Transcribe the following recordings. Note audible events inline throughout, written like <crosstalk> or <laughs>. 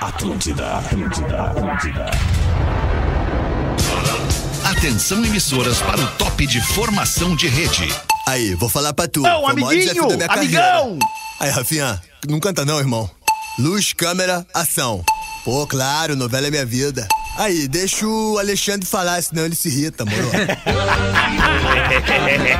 Atlântida, Atlântida, Atlântida. Atenção emissoras para o top de formação de rede. Aí, vou falar pra tu. Não, Foi o maior desafio É um amiguinho, da minha amigão! carreira. Aí, Rafinha, não canta não, irmão. Luz, câmera, ação. Pô, claro, novela é minha vida. Aí, deixa o Alexandre falar, senão ele se irrita, <laughs> moro.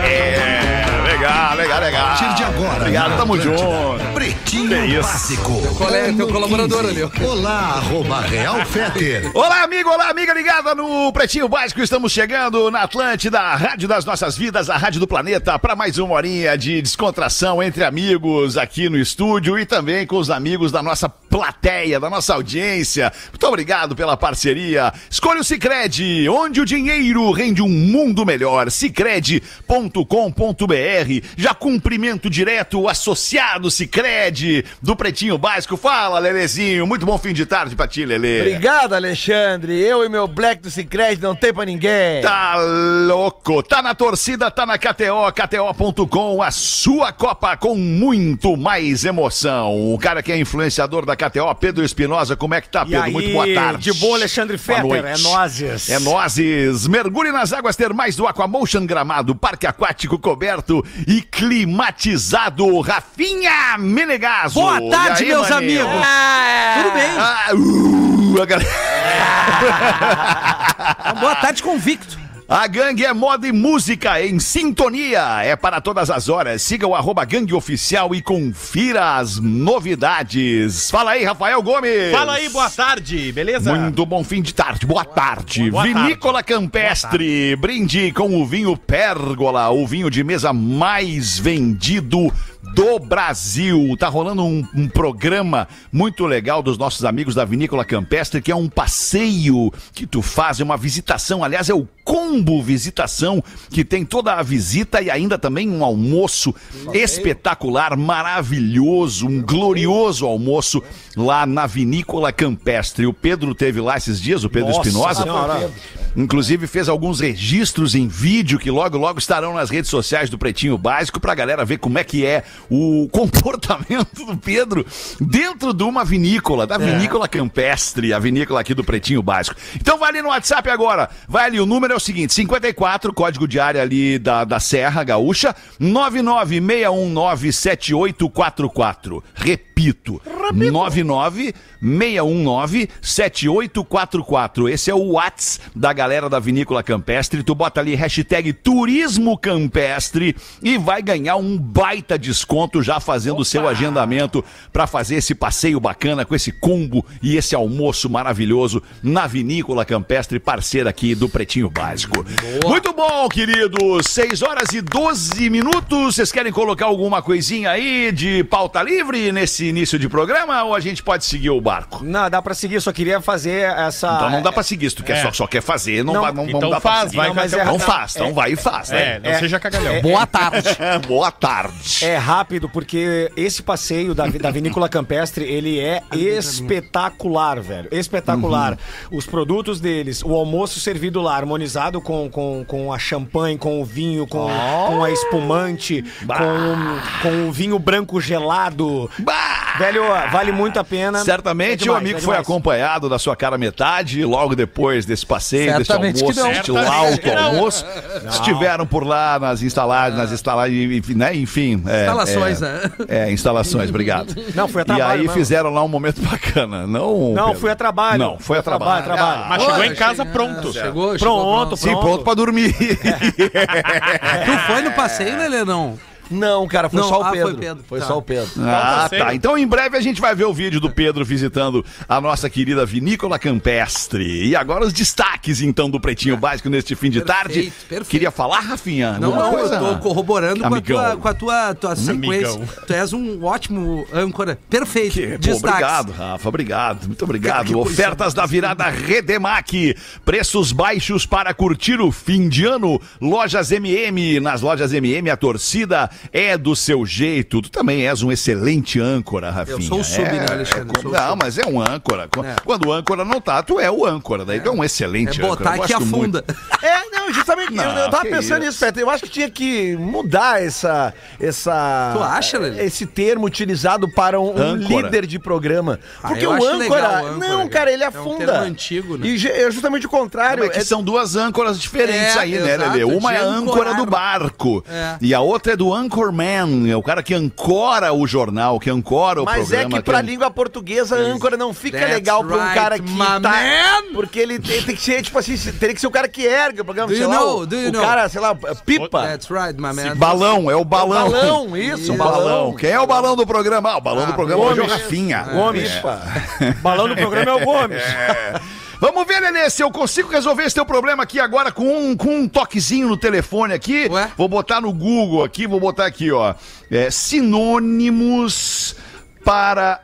É, Legal, legal, legal. partir de agora. Obrigado, na tamo Atlântida. junto. Pretinho É isso. Básico. é? Colega, teu colaborador ali, ó. Olá, arroba Real Feter. <laughs> Olá, amigo, olá, amiga ligada no Pretinho Básico. Estamos chegando na Atlântida, a rádio das nossas vidas, a rádio do planeta, para mais uma horinha de descontração entre amigos aqui no estúdio e também com os amigos da nossa plateia, da nossa audiência. Muito obrigado pela parceria. Escolha o Cicred, onde o dinheiro rende um mundo melhor. Cicred.com.br. Já cumprimento direto o associado Cicred do Pretinho Básico. Fala, Lelezinho. Muito bom fim de tarde pra ti, Lele. Obrigado, Alexandre. Eu e meu Black do Cicred não tem pra ninguém. Tá louco, tá na torcida, tá na KTO, KTO.com, a sua Copa com muito mais emoção. O cara que é influenciador da KTO, Pedro Espinosa, como é que tá, E Pedro? aí, muito boa tarde. de boa, Alexandre Boa Fetter, noite. é nozes. É nozes. Mergulhe nas águas termais do Aquamotion Gramado, parque aquático coberto e climatizado. Rafinha Menegaso. Boa E tarde, aí, meus maninho? amigos. Tudo bem? Ah, uh, a galera... Então, Boa tarde, convicto. A gangue é moda e música em sintonia. É para todas as horas. Siga o arroba gangue oficial e confira as novidades. Fala aí, Rafael Gomes. Fala aí, boa tarde, beleza? Muito bom fim de tarde, boa tarde. Boa tarde. Vinícola Campestre, brinde com o vinho Pérgola, o vinho de mesa mais vendido do Brasil. Tá rolando um, um programa muito legal dos nossos amigos da Vinícola Campestre, que é um passeio que tu faz, é uma visitação. Aliás, é o combo visitação que tem toda a visita e ainda também um almoço espetacular, maravilhoso, um glorioso almoço lá na Vinícola Campestre. O Pedro teve lá esses dias, o Pedro Espinosa. Inclusive fez alguns registros em vídeo que logo logo estarão nas redes sociais do Pretinho Básico pra galera ver como é que é o <laughs> comportamento do Pedro dentro de uma vinícola, da Vinícola Campestre, a vinícola aqui do Pretinho Básico. Então vai ali no WhatsApp agora. Vai ali, o número é o seguinte: 54, código de área ali da, da Serra Gaúcha, 996197844. Repito, um 996197844. Esse é o Whats da galera da Vinícola Campestre. Tu bota ali hashtag Turismo Campestre e vai ganhar um baita desconto já fazendo o seu agendamento para fazer esse passeio bacana com esse combo e esse almoço maravilhoso na Vinícola Campestre, parceira aqui do Pretinho Básico. Muito bom, queridos. 6 horas e 12 minutos. Vocês querem colocar alguma coisinha aí de pauta livre nesse início de programa ou a gente pode seguir o barco? Não, dá pra seguir, só queria fazer Ah, essa... Então não dá pra seguir, se tu quer, É. só, só quer fazer, não, Não, vai, não, não então dá faz, pra vai, seguir. Não, mas é- então não, faz, é- então vai e faz, É, né? não seja cagalhão. Boa tarde. <laughs> Boa tarde. É rápido, porque esse passeio da, da Vinícola Campestre, ele Tá é espetacular, velho. Espetacular. Uhum. Os produtos deles, o almoço servido lá, harmonizado com, com, com a champanhe, com o vinho, com, com a espumante, com, com o vinho branco gelado. Bah! Velho, vale muito a pena. Certamente É o demais, amigo é foi demais. acompanhado da sua cara metade, logo depois desse passeio, Certamente desse que almoço, não. deste Certamente que lauto não. almoço. Estiveram por lá nas instalagens, nas instalagens, enfim, né? Enfim. é, Instalações, é, né? É, instalações, obrigado. Não, foi a E trabalho aí mesmo. fizeram lá um momento <laughs> bacana. Não, Não, Pedro. fui a trabalho. Não, foi a trabalho. Trabalho, trabalho. Ah, Mas chegou Olha, em casa chega- pronto. Chegou, chegou Pronto, pronto. Sim, pronto pra dormir. Tu foi no É. passeio, Lelê, não? Não, cara, foi Não, só ah, o foi Pedro. Foi, Pedro, tá. só o Pedro. <laughs> Ah, sério. tá. Então em breve a gente vai ver o vídeo do Pedro visitando a nossa querida vinícola campestre. E agora os destaques, então, do Pretinho Básico neste fim de Perfeito, tarde. perfeito. Queria falar, Rafinha? Não, alguma não, coisa? eu tô corroborando com a, Amigão. tua, com a tua, tua sequência. Amigão. Tu és um ótimo âncora. Perfeito. Que- pô, Destaques. obrigado, Rafa. Obrigado. Muito obrigado. Que coisa Ofertas da virada Redemac. Preços baixos para curtir o fim de ano. Lojas MM. Nas lojas MM, a torcida é do seu jeito. Tu também és um excelente âncora, Rafinha. sou o sub, É, né, Alexandre? é, Eu sou o não, sub. mas é um âncora. Qu- Quando o âncora não tá, tu é o âncora. Daí tu é um É excelente âncora. botar Eu que gosto muito. afunda. É, não, Não, justamente, eu, eu tava que pensando isso. nisso, Peter. Eu acho que tinha que mudar essa. essa é, Tu acha, Lelê? Esse termo utilizado para um, um Âncora. líder de programa. Porque Ah, eu o acho âncora. legal o âncora, não, cara. cara, ele É um termo afunda. antigo, né? E ge- é justamente o contrário. É que são duas âncoras diferentes É, aí, né, exato, Lelê? Uma de é a âncora ancorar. do barco É. e a outra é do anchorman, é o cara que ancora o jornal, que ancora o Mas é programa. que pra an- língua portuguesa, a âncora não fica That's legal pra um right, cara que my tá... man. Porque ele tem, tem que ser, tipo assim, se- teria que ser o cara que ergue o programa, Do sei you lá, know? o, Do you o know? cara, sei lá, pipa. That's right, my man. Balão, é o balão. É o balão, isso, o o balão. balão. Quem é o balão do programa? Ah, o balão do programa hoje é o É. Rafinha. Gomes. Balão do programa é o Gomes. É. Vamos ver, Lelê, se eu consigo resolver esse teu problema aqui agora com um, com um toquezinho no telefone aqui. Ué? Vou botar no Google aqui, vou botar aqui, ó. É, sinônimos para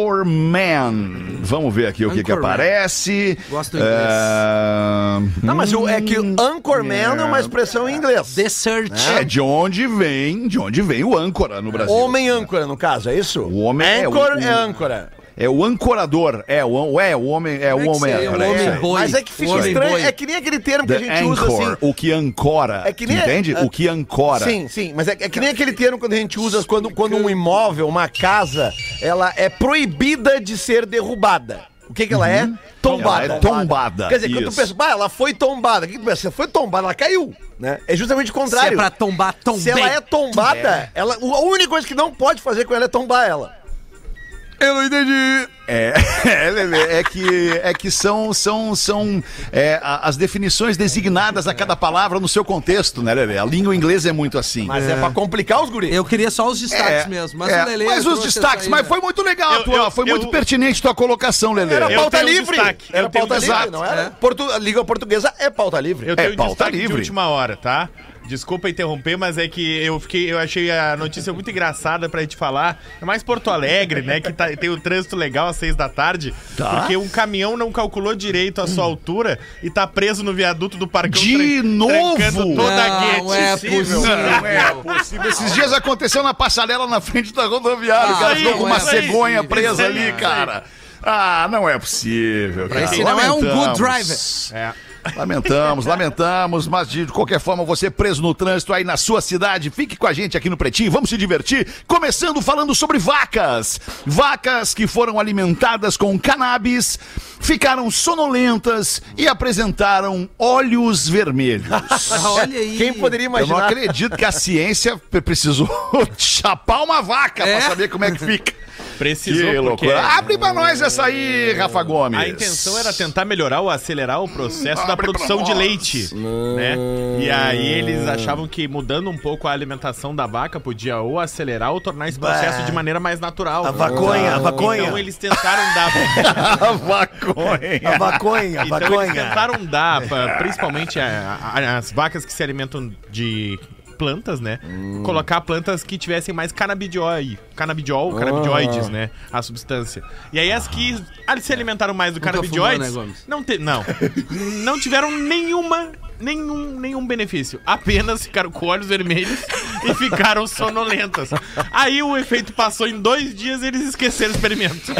Anchorman. Vamos ver aqui o que, que Anchorman. aparece. Gosto do inglês. Ah, Não, mas o, é que Hum. anchorman é. é uma expressão em inglês. The Search. É de onde vem, de onde vem o âncora no Brasil. Homem âncora, no caso, é isso? O homem é Anchor o- é, âncora. É o ancorador, é o, é o homem, é o Como homem. é que seria? âncora, O é isso homem aí. boi. Mas é que fica Homem estranho, boi. é que nem aquele termo que The a gente usa anchor, assim... o que ancora. É que Tu nem- entende? é- o que ancora. Sim, sim, mas é, é que nem aquele termo quando a gente usa quando, quando um imóvel, uma casa, ela é proibida de ser derrubada. O que, que ela é? Tombada. Ela é tombada, Quer dizer, quando tu isso. pensa, bah, ela foi tombada, o que tu pensa? Ela foi tombada, ela caiu. Né? É justamente o Se é contrário. pra tombar, tombei. Se ela é tombada, ela, a única coisa que não pode fazer com ela é tombar ela. Eu não entendi. É, <laughs> é, Lelê, é que, é que são, são, são é, a- as definições designadas a cada palavra no seu contexto, né, Lelê? A língua inglesa é muito assim. Mas é, pra complicar os guris. Eu queria só os destaques É, mesmo. Mas, é, o Lelê mas os trouxe destaques, essa aí, mas né? foi muito legal, Eu- tua, eu- foi muito eu- pertinente tua colocação, Lelê. Era Eu pauta tenho um livre. destaque, Era eu tenho um pauta livre, É. destaque. não era? Portu- Liga Portuguesa é pauta livre. Eu tenho pauta um destaque livre. de última hora, tá? Desculpa interromper, mas é que eu fiquei, eu achei a notícia muito engraçada pra te falar. É mais Porto Alegre, né? Que tá- tem o trânsito legal às seis da tarde. Tá. Porque um caminhão não calculou direito a sua altura e tá preso no viaduto do Parcão. Hum. De tran- novo? trancando toda a guete. Não é possível. Não é possível. Esses dias aconteceu na passarela na frente da rodoviária. Ah, o cara isso ficou aí, com uma isso aí, cegonha isso presa aí, ali, isso aí. cara. Ah, não é possível. Cara. esse não é um good Lamentamos. driver. É. Lamentamos, lamentamos, mas de qualquer forma, você preso no trânsito aí na sua cidade, fique com a gente aqui no Pretinho, vamos se divertir. Começando falando sobre vacas. Vacas que foram alimentadas com cannabis, ficaram sonolentas e apresentaram olhos <laughs> vermelhos. Ah, Olha aí. Quem poderia Eu não imaginar? acredito que a ciência pre- precisou <laughs> chapar uma vaca É? pra saber como é que fica. Precisou, porque... Abre pra nós essa aí, Rafa Gomes. A intenção era tentar melhorar ou acelerar o processo Abre da pra produção de nós. leite, né? E aí eles achavam que mudando um pouco a alimentação da vaca podia ou acelerar ou tornar esse processo de maneira mais natural. A vaconha, a vaconha. Então eles tentaram dar <laughs> a maconha. A Baconha, a Então eles Baconha. tentaram dar, pa- principalmente a- a- as vacas que se alimentam de plantas, né? Colocar plantas que tivessem mais canabidiol, canabidiol, canabidioides, né? A substância. E aí as que ali se alimentaram mais do canabidioides, fumou, né, Gomes? não te, <laughs> não, não tiveram nenhuma nenhum nenhum benefício. Apenas ficaram com olhos vermelhos <laughs> e ficaram sonolentas. Aí o efeito passou em dois dias e eles esqueceram o experimento.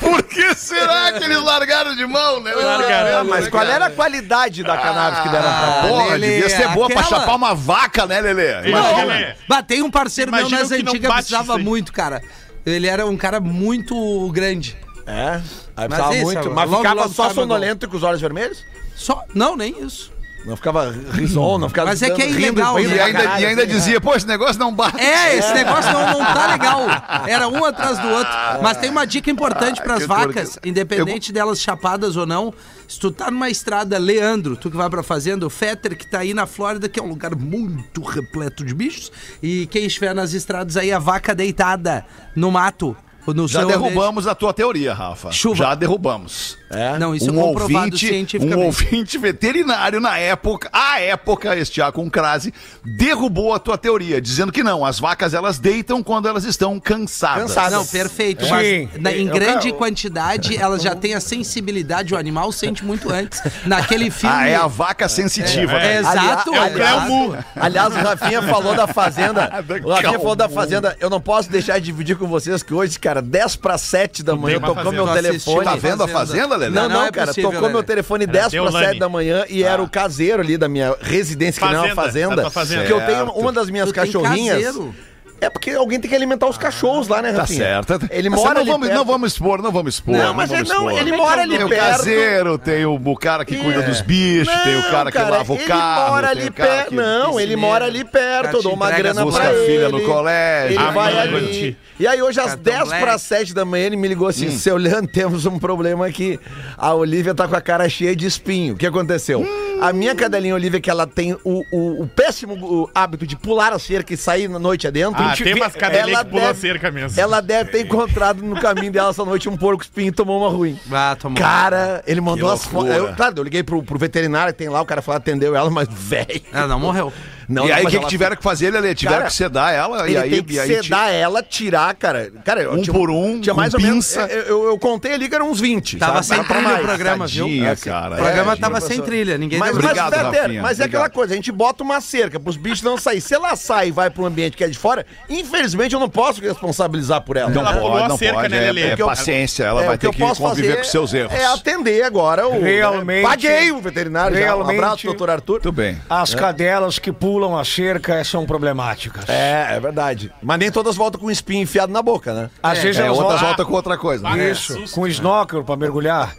Por que será que eles largaram de mão, né? Ah, mas qual era a qualidade da cannabis que deram pra ela? Ah, Porra, Lelê, devia ser boa pra aquela- chapar uma vaca, né, Lelê? Não, Imagina. né? Batei um parceiro meu Imagina nas o que não antigas, bate isso precisava aí. muito, cara. Ele era um cara muito grande. É? Aí precisava isso, muito. logo, Mas é ficava logo só sabe, sonolento e com os olhos vermelhos? Só. Não, nem isso. Não ficava risonho, não ficava Mas é que é rindo, ilegal, rindo, né? E pra ainda, caralho, e ainda assim, dizia, pô, esse negócio não bate. É, esse negócio não, não tá legal. Era um atrás do outro. Mas tem uma dica importante pras que vacas, dor que- independente delas chapadas ou não. Se tu tá numa estrada, Leandro, tu que vai pra fazenda, o Fetter, que tá aí na Flórida, que é um lugar muito repleto de bichos. E quem estiver nas estradas aí, a vaca deitada no mato. ou No Já seu derrubamos a tua teoria, Rafa. Chuva. Já derrubamos. É? Não, isso é comprovado cientificamente. Um ouvinte veterinário na época, à época, este com crase, derrubou a tua teoria, dizendo que não, as vacas elas deitam quando elas estão cansadas. Cansadas. Não, perfeito. É. Sim. Mas na- em Eu- grande eu- quantidade, ela já tem a sensibilidade, o animal sente muito antes. Naquele filme. Ah, é a vaca sensitiva. né? É, exato, É o aliás. Cléo Aliás, o Rafinha falou da Fazenda. O Rafinha falou da Fazenda. Eu não posso deixar de dividir com vocês que hoje, cara, cara. 10 para 7 da manhã uma tocou fazenda. meu Tu telefone. assistiu Tá vendo a Fazenda, Lelê? Não, não, Não, é cara, possível, tocou né, meu velho? telefone 10 teu para Lani. 7 da manhã e era o caseiro ali da minha residência, que não é uma Fazenda, fazenda. da tua fazenda. Que eu tenho uma das minhas Tu tem cachorrinhas. caseiro? É porque alguém tem que alimentar os cachorros lá, né, Tá Rafinha? certo. Ele Mas mora não ali vamos, perto. não vamos expor, não vamos expor. Não, mas vamos é- não, expor. ele mora ali Tem o perto. caseiro, tem o, o cara que cuida É. dos bichos, tem o cara, que lava o ele carro. Mora tem ali o cara perto. que Não, ele piscineiro, mora ali perto. Eu dou uma cara te grana busca pra a ele. filha no colégio. Ele Ah, vai não, ali. Buriti. E aí hoje às Cartão tá 10 Black. para 7 da manhã ele me ligou Hum. assim, seu Leandro, temos um problema aqui. A Olivia tá com a cara cheia de espinho. O que aconteceu? Hum. A minha cadelinha Olivia, que ela tem o, o- o péssimo o hábito de pular a cerca e sair na noite adentro. Ah, tem umas cadelinhas Ela que pulam a deve- cerca mesmo. Ela deve <laughs> ter encontrado no caminho dela essa noite um porco espinho e tomou uma ruim. Ah, tomou. Cara, ele mandou Que as fotos. loucura. Eu- Claro, eu liguei pro, pro veterinário que tem lá, o cara foi lá, atendeu ela, mas <laughs> velho. Ela Ah, não morreu. Não, Ah, e não, aí, o mas que, que ela- tiveram que fazer, Lelê? Tiveram Cara, que sedar ela Ele e aí... tem que e aí ti- sedar ela, tirar, cara. Cara, eu Um tinha- por um, Tinha com mais ou pinça. menos. Eu, eu- eu contei ali que eram uns 20. Tava sabe? sem Dá pra trilha o mais. programa, viu? Tadinha, É, cara. O programa é, tava Professor. sem trilha, ninguém Mas, deu mas, Obrigado, Peter, Rafinha. mas é aquela Obrigado. coisa, a gente bota uma cerca pros bichos não saírem. Se ela sair e vai pro ambiente que é de fora, infelizmente eu não posso responsabilizar por ela. Não Ela pulou pode, a não cerca, pode. né, É, Lelê? é Porque eu- paciência, ela É, vai o que ter eu que posso conviver fazer com seus erros. É atender agora o. né, Realmente- Paguei o veterinário. já. Realmente- Um abraço, doutor Arthur. Muito bem. As cadelas que pulam a cerca são problemáticas. É, é verdade. Mas nem todas voltam com um o espinho enfiado na boca, né? Às vezes É, elas outras vão... voltam com outra coisa. né? Isso, Ah, com snorkel pra mergulhar.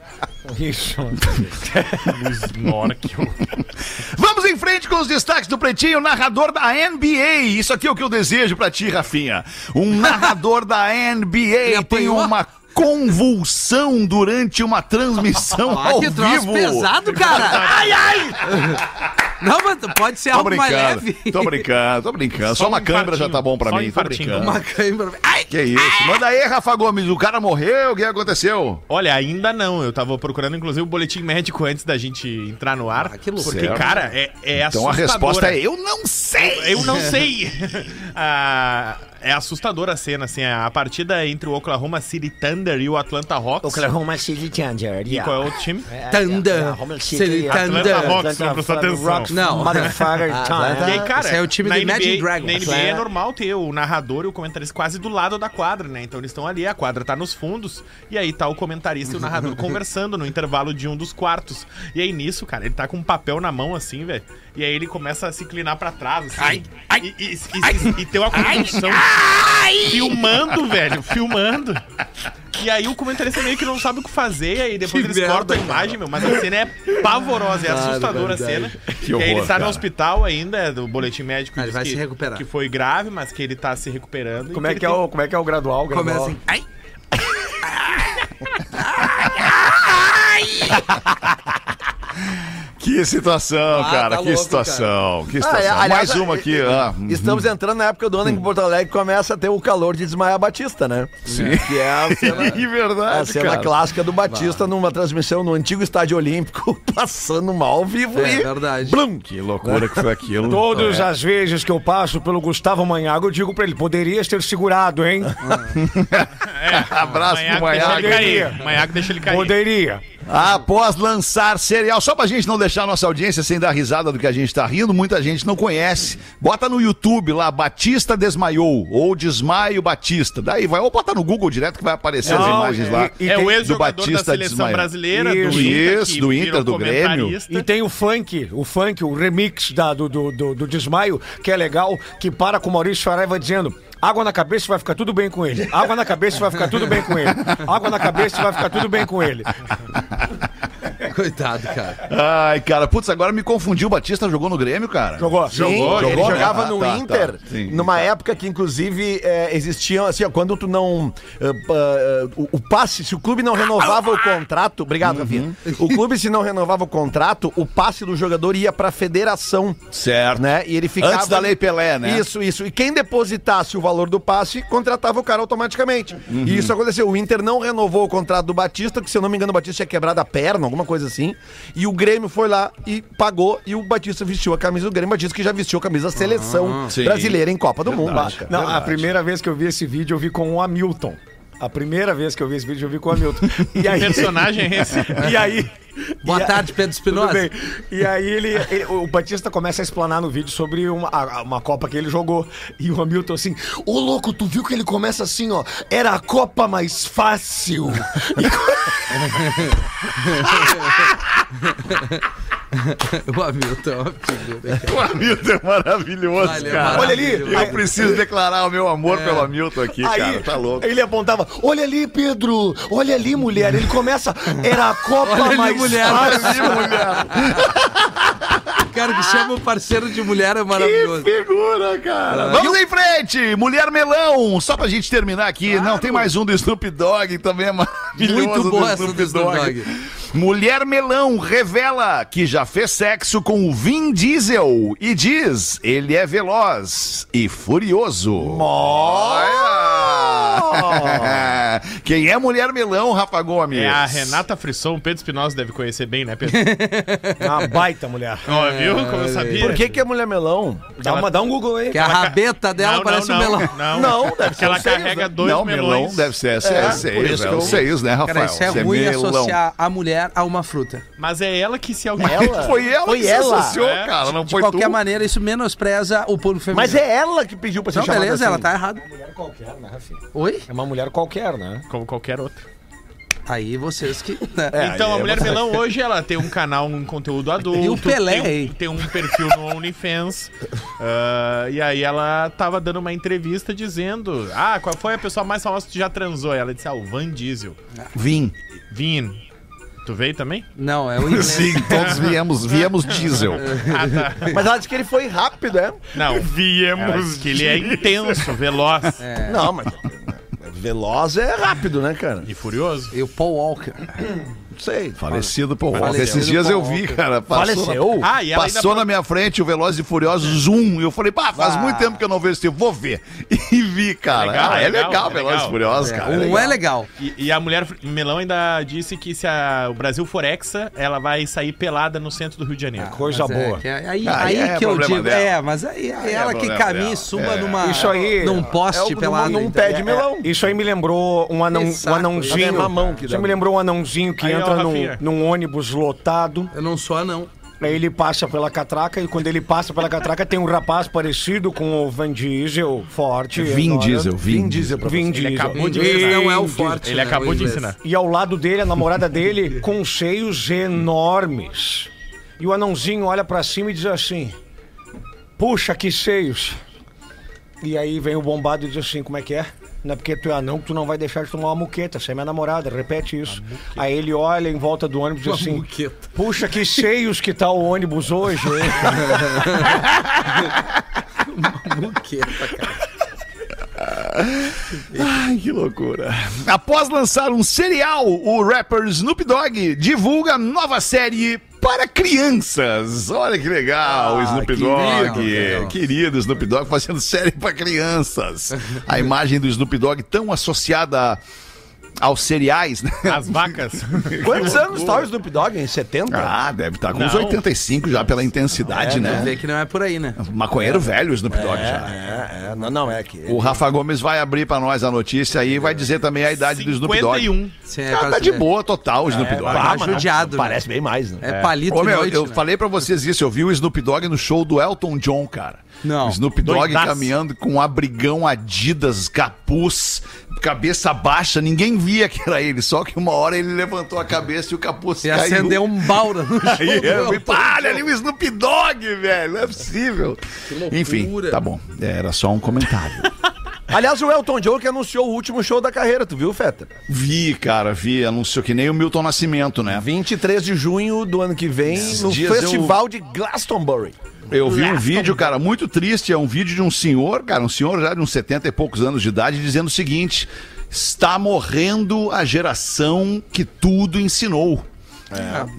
Isso. Vamos em frente com os destaques do Pretinho, narrador da NBA. Isso aqui é o que eu desejo pra ti, Rafinha. Um narrador da NBA tem apanhou? uma convulsão durante uma transmissão Ah, ao que troço vivo. pesado, cara. Ai, ai! Não, mas pode ser Tô É algo mais brincando, leve. tô brincando, tô brincando. Só, Só uma um câmera já infartinho, tá bom pra só um mim, tô infartinho. brincando. Uma câimbra. Ai! Que isso? Manda aí, Rafa Gomes. O cara morreu, o que aconteceu? Olha, ainda não. Eu tava procurando, inclusive, o boletim médico antes da gente entrar no ar. Ah, que loucura. Porque, Certo. cara, é, é Então a assustadora. resposta é eu não sei. Eu não sei. <laughs> Ah, é assustadora a cena, assim. A partida entre o Oklahoma City Thunder e o Atlanta Hawks. Oklahoma City Thunder. E qual é o outro time? Thunder. City Thunder. Atlanta Hawks, não prestou atenção. Não. Motherfucker Ah, tá, Tá, né? E Thunder. aí, cara, Esse é o time na do NBA, Imagine Dragons. Na NBA É. é normal ter o narrador e o comentarista quase do lado da quadra, né? Então eles estão ali, a quadra tá nos fundos, e aí tá o comentarista e <laughs> o narrador conversando no intervalo de um dos quartos. E aí nisso, cara, ele tá com um papel na mão assim, velho. E aí ele começa a se inclinar pra trás, assim. Ai, ai, e, e, e, e- e tem uma convulsão. Filmando, velho, filmando. E aí o comentarista meio que não sabe o que fazer, e aí depois Que eles merda, cortam a cara. imagem, meu, mas a cena é pavorosa, é assustadora a cena. e aí ele horror, tá no cara. hospital ainda, é do boletim médico Ah, ele diz vai que, se recuperar. que foi grave, mas que ele tá se recuperando. e Como é ele que é o, como é que é o gradual? gradual? <laughs> Começa assim. Ai! Que situação, Ah, cara. tá que louco, situação. Que Ah, situação. é, aliás, Mais uma aqui. Ah, uhum. Estamos entrando na época do ano em que Porto Alegre começa a ter o calor de desmaiar Batista, né? Sim. Que <laughs> é a cena, Que a verdade, cena cara. clássica do Batista numa transmissão no antigo estádio olímpico, <laughs> passando mal ao vivo É e. verdade. Blum! Que loucura que foi aquilo. Todas as vezes que eu passo pelo Gustavo Manhago, eu digo pra ele, poderias ter segurado, hein? Abraço pro Deixa Maiago. ele cair. Manhaco deixa ele cair. Poderia. Após lançar cereal, só pra gente não deixar a nossa audiência sem dar risada do que a gente tá rindo, muita gente não conhece. Bota no YouTube lá, Batista Desmaiou, ou Desmaio Batista. Daí vai, ou bota no Google direto que vai aparecer as Não, imagens e- lá. e É tem- o do ex-jogador da Batista seleção desmaiar. brasileira, Isso. do Inter, Isso, do Inter, virou do Grêmio. comentarista. E tem o funk, o funk, o remix da- do, do, do, do Desmaio, que é legal, que para com o Maurício Saraiva dizendo. Água na cabeça vai ficar tudo bem com ele. Água na cabeça vai ficar tudo bem com ele. <laughs> Água na cabeça vai ficar tudo bem <laughs> com ele. Coitado, cara. Ai, cara, putz, agora me confundiu. O Batista jogou no Grêmio, cara. Jogou? Sim, Jogou, ele jogou, né? jogava Ah, no tá, Inter, tá. Sim, numa tá. época que, inclusive, é, existiam, assim, ó, quando tu não. eh, pa- eh, o, o passe, se o clube não renovava o contrato. Obrigado, Uhum. Rafinha. O clube, se não renovava o contrato, o passe do jogador ia pra federação. Certo. Né? E ele ficava. Antes da Lei Pelé, né? Isso, isso. E quem depositasse o valor do passe, contratava o cara automaticamente. Uhum. E isso aconteceu. O Inter não renovou o contrato do Batista, que se eu não me engano, o Batista tinha quebrado a perna, alguma coisa assim. E o Grêmio foi lá e pagou. E o Batista vestiu a camisa do Grêmio. O Batista que já vestiu a camisa da seleção Ah, sim. brasileira em Copa do Mundo. Verdade. Baca. Não, a primeira vez que eu vi esse vídeo, eu vi com o Hamilton. A primeira vez que eu vi esse vídeo, eu vi com o Hamilton. E aí, personagem é esse? <laughs> E aí. Boa e a- tarde, Pedro Espinosa. Tudo <laughs> bem. E aí ele, ele- o Batista começa a explanar no vídeo sobre uma, a- uma Copa que ele jogou. E o Hamilton assim, ô louco, tu viu que ele começa assim, ó, era a Copa mais fácil. O Hamilton é uma figura. O Hamilton é maravilhoso, Valeu, cara. maravilhoso. <laughs> Olha ali, Eu preciso declarar o meu amor É. pelo Hamilton aqui, aí cara. Tá louco. ele apontava, olha ali, Pedro, olha ali, mulher. Ele começa, era a Copa Olha ali, mais mulher. fácil. <laughs> Cara que chama o parceiro de mulher é maravilhoso. figura, cara. Vamos em frente! Mulher Melão, só pra gente terminar aqui. Não, tem mais um do Snoop Dogg, também é maravilhoso. Muito boa essa do Snoop Mulher Melão revela que já fez sexo com o Vin Diesel e diz, ele é veloz e furioso. Olha! <laughs> Quem é Mulher Melão, Rafa Gomes? É a Renata Frisson, o Pedro Espinosa deve conhecer bem, né, Pedro? Uma Ah, baita mulher. Ó, viu como eu sabia? Por que, que é <laughs> mulher melão? Dá, uma, dá um Google aí. Que é a rabeta dela parece um melão. <laughs> Não, Não, não. deve Porque ser ela os seios, carrega né? dois não, melões. melão deve ser, é, É, por seis, isso né? que eu- Os seios, né, Rafael? Cara, isso é ruim melão. associar a mulher a uma fruta. Mas é ela que se alguém... <laughs> Ela? Foi ela Foi que se ela. associou, É. cara. Não De foi qualquer tu. maneira, isso menospreza o público feminino. Mas é ela que pediu pra ser Não, chamada beleza, assim. ela tá errada. mulher qualquer, né, Rafinha? Oi? É uma mulher qualquer, né? Como qualquer outra. Aí vocês que. né? Então, aí a é Mulher Melão hoje ela tem um canal, um conteúdo <laughs> adulto. E o Pelé, tem, hein? um- tem um perfil no <laughs> OnlyFans. ah, e aí ela tava dando uma entrevista dizendo: Ah, qual foi a pessoa mais famosa que tu já transou? Ela disse: Ah, o Van Diesel. Vim. Vin. Tu veio também? Não, é o inglês. Sim, todos viemos, <laughs> viemos diesel. Mas ela disse que ele foi rápido, é? Não. Viemos. Que ele é intenso, veloz É. Não, mas. Veloz é rápido, né, cara? e furioso. E o Paul Walker. Não sei. Falecido por Walker. Faleceu. Esses dias eu vi, cara. Passou, Faleceu? Ah, e ela passou na ainda. minha frente o Veloz e Furiosos 1. Eu falei, pá, faz muito tempo que eu não vejo esse filme. Vou ver. <laughs> E vi, cara. Ah. Legal, ah, é legal, legal, é Veloz e legal. Furiosos, É, cara. um é legal. E, e a mulher melão ainda disse que se a- o Brasil for hexa, ela vai sair pelada no centro do Rio de Janeiro. Coisa Mas é boa. que é- aí Ah, aí Tá é que eu problema digo. dela. É, mas aí, é ela que problema caminha dela. e suba É. numa. Isso aí- Num É o poste que pelado. não- não entendeu? pede melão. Isso aí me lembrou um, anão, Que um saco, anãozinho. isso. É mamão que Isso dá. me lembrou um anãozinho que Aí, ó, entra num, Rafinha. num ônibus lotado. Eu não sou anão. Aí ele passa pela catraca e quando ele passa pela catraca tem um rapaz parecido com o Van Diesel, forte. Vin enorme. Diesel, Vin Vin Diesel. acabou O de inglês ensinar. não é o Vin forte. Ele né, acabou o de inglês. ensinar. E ao lado dele, a namorada dele, com seios enormes. E o anãozinho olha pra cima e diz assim: Puxa, que seios. E aí vem o bombado e diz assim: Como é que é? Não é porque tu é anão que tu não vai deixar de tomar uma muqueta. Você é minha namorada, repete isso. Aí ele olha em volta do ônibus e Uma diz assim: muqueta. Puxa, que seios que tá o ônibus hoje. Muqueta, cara. Ai, que loucura. Após lançar um serial, o rapper Snoop Dogg divulga nova série para crianças. Olha que legal, o Snoop Dogg. legal. Querido Snoop Dogg fazendo <laughs> série para crianças. A imagem do Snoop Dogg tão associada aos cereais, né? As vacas. Quantos anos tá o Snoop Dogg? Em 70? Ah, deve estar com uns Não. 85 já pela intensidade, Quer né? dizer que não é por aí, né? Maconheiro velho o Snoop Dogg já. É, é, não, não, é que. O Rafa Gomes vai abrir para nós a notícia aí e vai dizer também a idade do Snoop Dogg. 51. Sim, Cara, tá quase- de boa total o Snoop Dogg. Tá judiado. né? Parece bem mais, né? É palito Ô, meu, de noite, eu né? falei pra vocês isso, eu vi o Snoop Dogg no show do Elton John, cara. Não. O Snoop Dogg Doidaço. caminhando com um abrigão Adidas, capuz, cabeça baixa, ninguém via que era ele, só que uma hora ele levantou a cabeça e o capuz E caiu. acendeu um baura no jogo. <laughs> Aí é eu me meu. olha ali o Snoop Dogg, velho, não é possível. Enfim, tá bom, era só um comentário. Aliás, o Elton John que anunciou o último show da carreira, tu viu, Feta? vi, cara, vi, anunciou que nem o Milton Nascimento, né? 23 de junho do ano que vem, no dias eu- Festival de Glastonbury. Eu vi um vídeo, cara, muito triste. É um vídeo de um senhor, cara, um senhor já de uns 70 e poucos anos de idade, dizendo o seguinte: está morrendo a geração que tudo ensinou.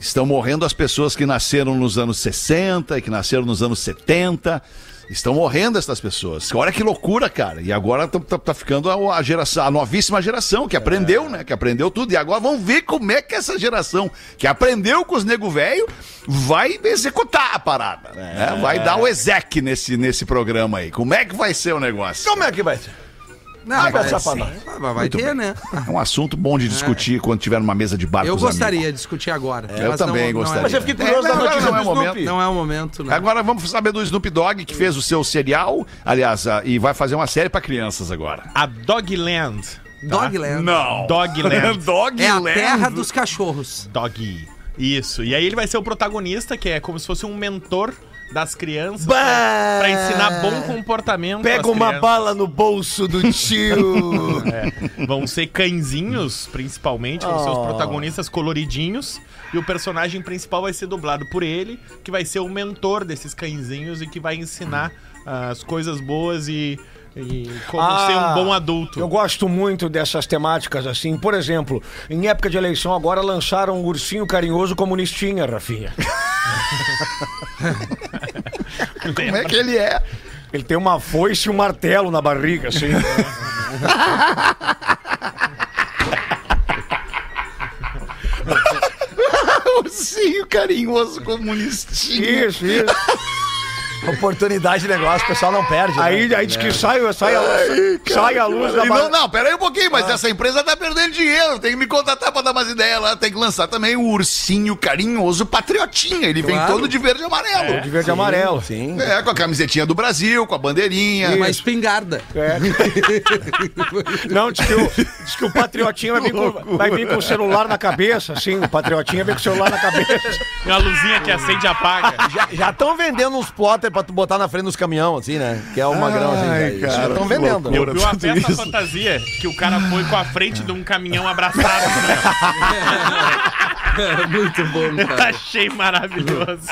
Estão morrendo as pessoas que nasceram nos anos 60 e que nasceram nos anos 70. Estão morrendo essas pessoas. Olha que loucura, cara. E agora tá, tá- tá ficando a, a geração, a novíssima geração que aprendeu, né? Que aprendeu tudo. E agora vamos ver como é que essa geração que aprendeu com os nego velho vai executar a parada. né? Vai dar o exec nesse, nesse programa aí. Como é que vai ser o negócio? Como é que vai ser? Não, Ah, vai mas- passar pra nós. Ah, mas vai Muito ter, bem. né? É um assunto bom de discutir quando tiver numa mesa de bar Eu com os gostaria de discutir agora. eu mas não- também não é- gostaria. Mas eu fiquei curioso da não, notícia não, do é o Snoopy. momento. Não é o momento, né? Agora vamos saber do Snoop Dogg, que fez o seu serial, aliás, ah, e vai fazer uma série pra crianças agora. A Dogland. Dogland. Ah, Não. Dogland. Dogland. É a terra dos cachorros. Doggy. Isso. E aí ele vai ser o protagonista, que é como se fosse um mentor das crianças Bah! pra, pra ensinar bom comportamento. às Pega uma crianças. bala no bolso do <laughs> tio. Vão ser cãezinhos, principalmente, vão Oh. ser os protagonistas coloridinhos. E o personagem principal vai ser dublado por ele, que vai ser o mentor desses cãezinhos e que vai ensinar ah, as coisas boas e, e como Ah, ser um bom adulto. Eu gosto muito dessas temáticas assim. Por exemplo, em época de eleição agora lançaram um ursinho carinhoso comunistinha, Rafinha. Como é que ele é? Ele tem uma foice e um martelo na barriga, assim. Ursinho carinhoso comunistinho. Isso, isso. Oportunidade de negócio, o pessoal não perde. né? Aí, aí diz que sai, sai, a, sai a luz da E não, barriga. não, peraí um pouquinho, Ah. mas essa empresa tá perdendo dinheiro, tem que me contratar pra dar umas ideias lá, tem que lançar também o ursinho carinhoso patriotinha, ele vem Claro. todo de verde e amarelo. De verde e amarelo. Sim. É, com a camisetinha do Brasil, com a bandeirinha. É Uma espingarda. Não, diz que, o, diz <laughs> que o patriotinha vai vir, com, vai vir com o celular na cabeça, assim. O patriotinha vem com o celular na cabeça. A luzinha que acende e apaga. <laughs> Já estão vendendo uns plotter pra tu botar na frente dos caminhões, assim, né? Que é o magrão, assim. daí. já estão vendendo. Eu vi uma peça fantasia que o cara foi com a frente de um caminhão abraçado. né? É Muito <laughs> bom, <laughs> cara. Achei maravilhoso.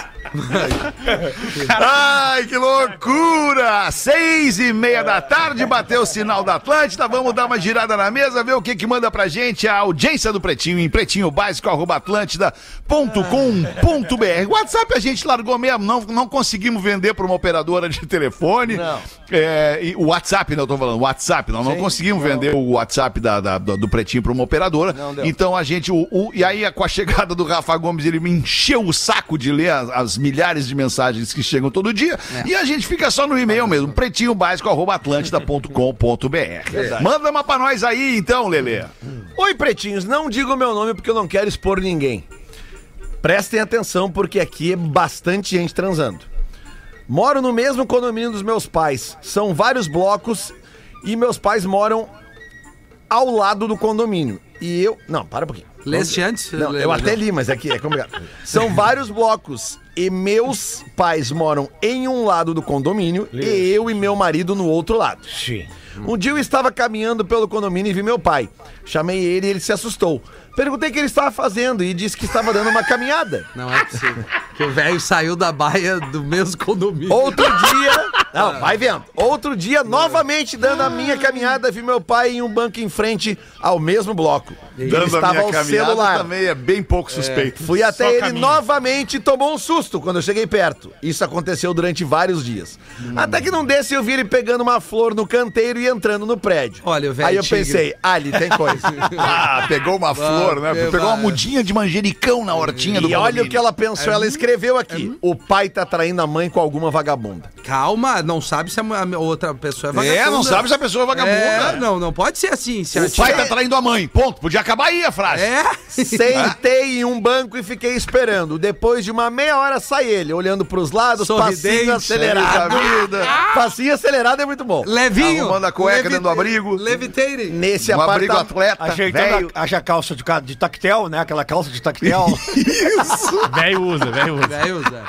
Ai, que loucura! Seis e meia da tarde, bateu o sinal da Atlântida. Vamos dar uma girada na mesa, ver o que que manda pra gente a audiência do Pretinho em pretinhobásico.atlântida.com.br. WhatsApp a gente largou mesmo, não, não conseguimos vender pra uma operadora de telefone. Não. É, e o WhatsApp, não, eu tô falando, WhatsApp, não, não conseguimos vender o WhatsApp da- da- do do Pretinho pra uma operadora. Não deu. Então a gente. O, o- e aí, com a chegada do Rafa Gomes, ele me encheu o saco de ler as, as milhares de mensagens que chegam todo dia. É. E a gente fica só no e-mail mesmo, pretinhobásico.atlântida.com.br. Manda uma pra nós aí, então, Lelê. Oi, pretinhos, não digo meu nome porque eu não quero expor ninguém. Prestem atenção porque aqui é bastante gente transando. Moro no mesmo condomínio dos meus pais. São vários blocos e meus pais moram ao lado do condomínio. E eu. Não, para um pouquinho. Leste antes? Não, eu né? até li, mas aqui é complicado. São vários blocos. E meus pais moram em um lado do condomínio e eu e meu marido no outro lado. Um dia eu estava caminhando pelo condomínio e vi meu pai. Chamei ele e ele se assustou. Perguntei o que ele estava fazendo e disse que estava dando uma caminhada. Não é possível. Que o velho saiu da baia do mesmo condomínio. <laughs> Outro dia. Não, vai vendo. Outro dia, novamente dando a minha caminhada, vi meu pai em um banco em frente ao mesmo bloco. Ele estava ao celular. também é bem pouco suspeito. Fui até Só ele caminho. novamente e tomou um susto quando eu cheguei perto. Isso aconteceu durante vários dias. Hum. Até que não desse eu vi ele pegando uma flor no canteiro e entrando no prédio. Olha, o velho Aí eu tigre. pensei, ali tem <laughs> coisa. Ah, pegou uma flor, né? que Pegou uma vai. mudinha de manjericão na hortinha do e olha o que condomínio. ela pensou, ela escreveu aqui. O pai tá traindo a mãe com alguma <laughs> vagabunda. Calma, não sabe se a mu- a outra pessoa é vagabunda. É, não sabe se a pessoa é vagabunda. É, não, não pode ser assim. É, Se a O pai tia- tá traindo a mãe. Ponto. Podia acabar aí a frase. <laughs> É? Sentei em um banco e fiquei esperando. Depois de uma meia hora sai ele, olhando pros lados, Sorridente, passinho acelerado. Puxa né, vida. <laughs> Passinho acelerado é muito bom. Levinho. Arrumando a cueca dentro do abrigo. Levitating. Nesse Um abrigo apartamento. atleta. Tá Ajeitando velho. a, a calça de, ca- de tactel, né? Aquela calça de tactel. Velho usa, velho usa. Velho, Zé.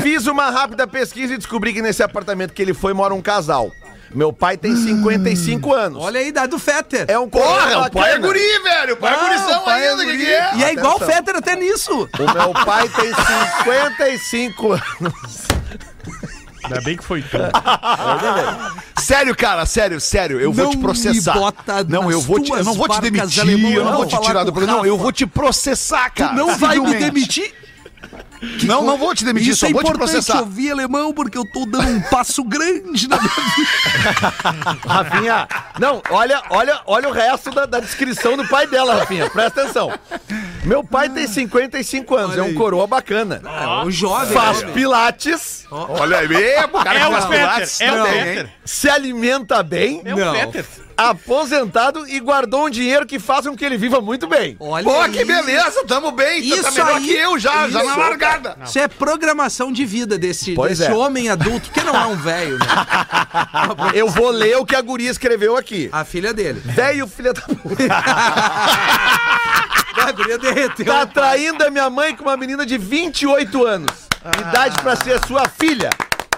<laughs> Fiz uma rápida pesquisa e descobri que nesse apartamento que ele foi mora um casal. Meu pai tem 55 anos. Olha aí, dá do Fetter. É um Porra, o pai é bacana. guri, velho. O pai é Ah, gurizão o pai é ainda, que guri. que é? E é igual o Atenção. Fetter até nisso. O meu pai tem 55 anos. Ainda bem que foi tu. Sério, cara, sério, sério, eu Não vou te processar. me bota não, nas eu vou te, eu não vou te tuas barcas, demitir, alemão, eu eu não vou vou te falar tirar do com o programa, não, Rafa. eu vou te processar, cara. não vai me civilmente. demitir. Não, não vou te demitir, Isso só é vou te importante processar. ouvir alemão, porque eu tô dando um passo grande na minha Rafinha, não, olha, olha, olha o resto da, da descrição do pai dela, Rafinha. Presta atenção. Meu pai tem 55 anos, Olha é um aí. coroa bacana. É um jovem. Faz né? pilates, Olha aí, é, o cara É que o faz Fetter, pilates é o também, hein? Fetter. se alimenta bem É o Não. Fetter. aposentado e guardou um dinheiro que faça com que ele viva muito bem. Olha Pô, aí. que beleza, tamo bem. Isso tá Isso melhor aí- que eu já, já na isso. largada. Isso é programação de vida desse, Pois desse é. homem adulto, que não é um velho, né? Eu vou ler o que a guria escreveu aqui. A filha dele. Velho, filha da puta. A guria derreteu. Tá traindo a minha mãe com uma menina de 28 anos. Ah. Idade pra ser sua filha.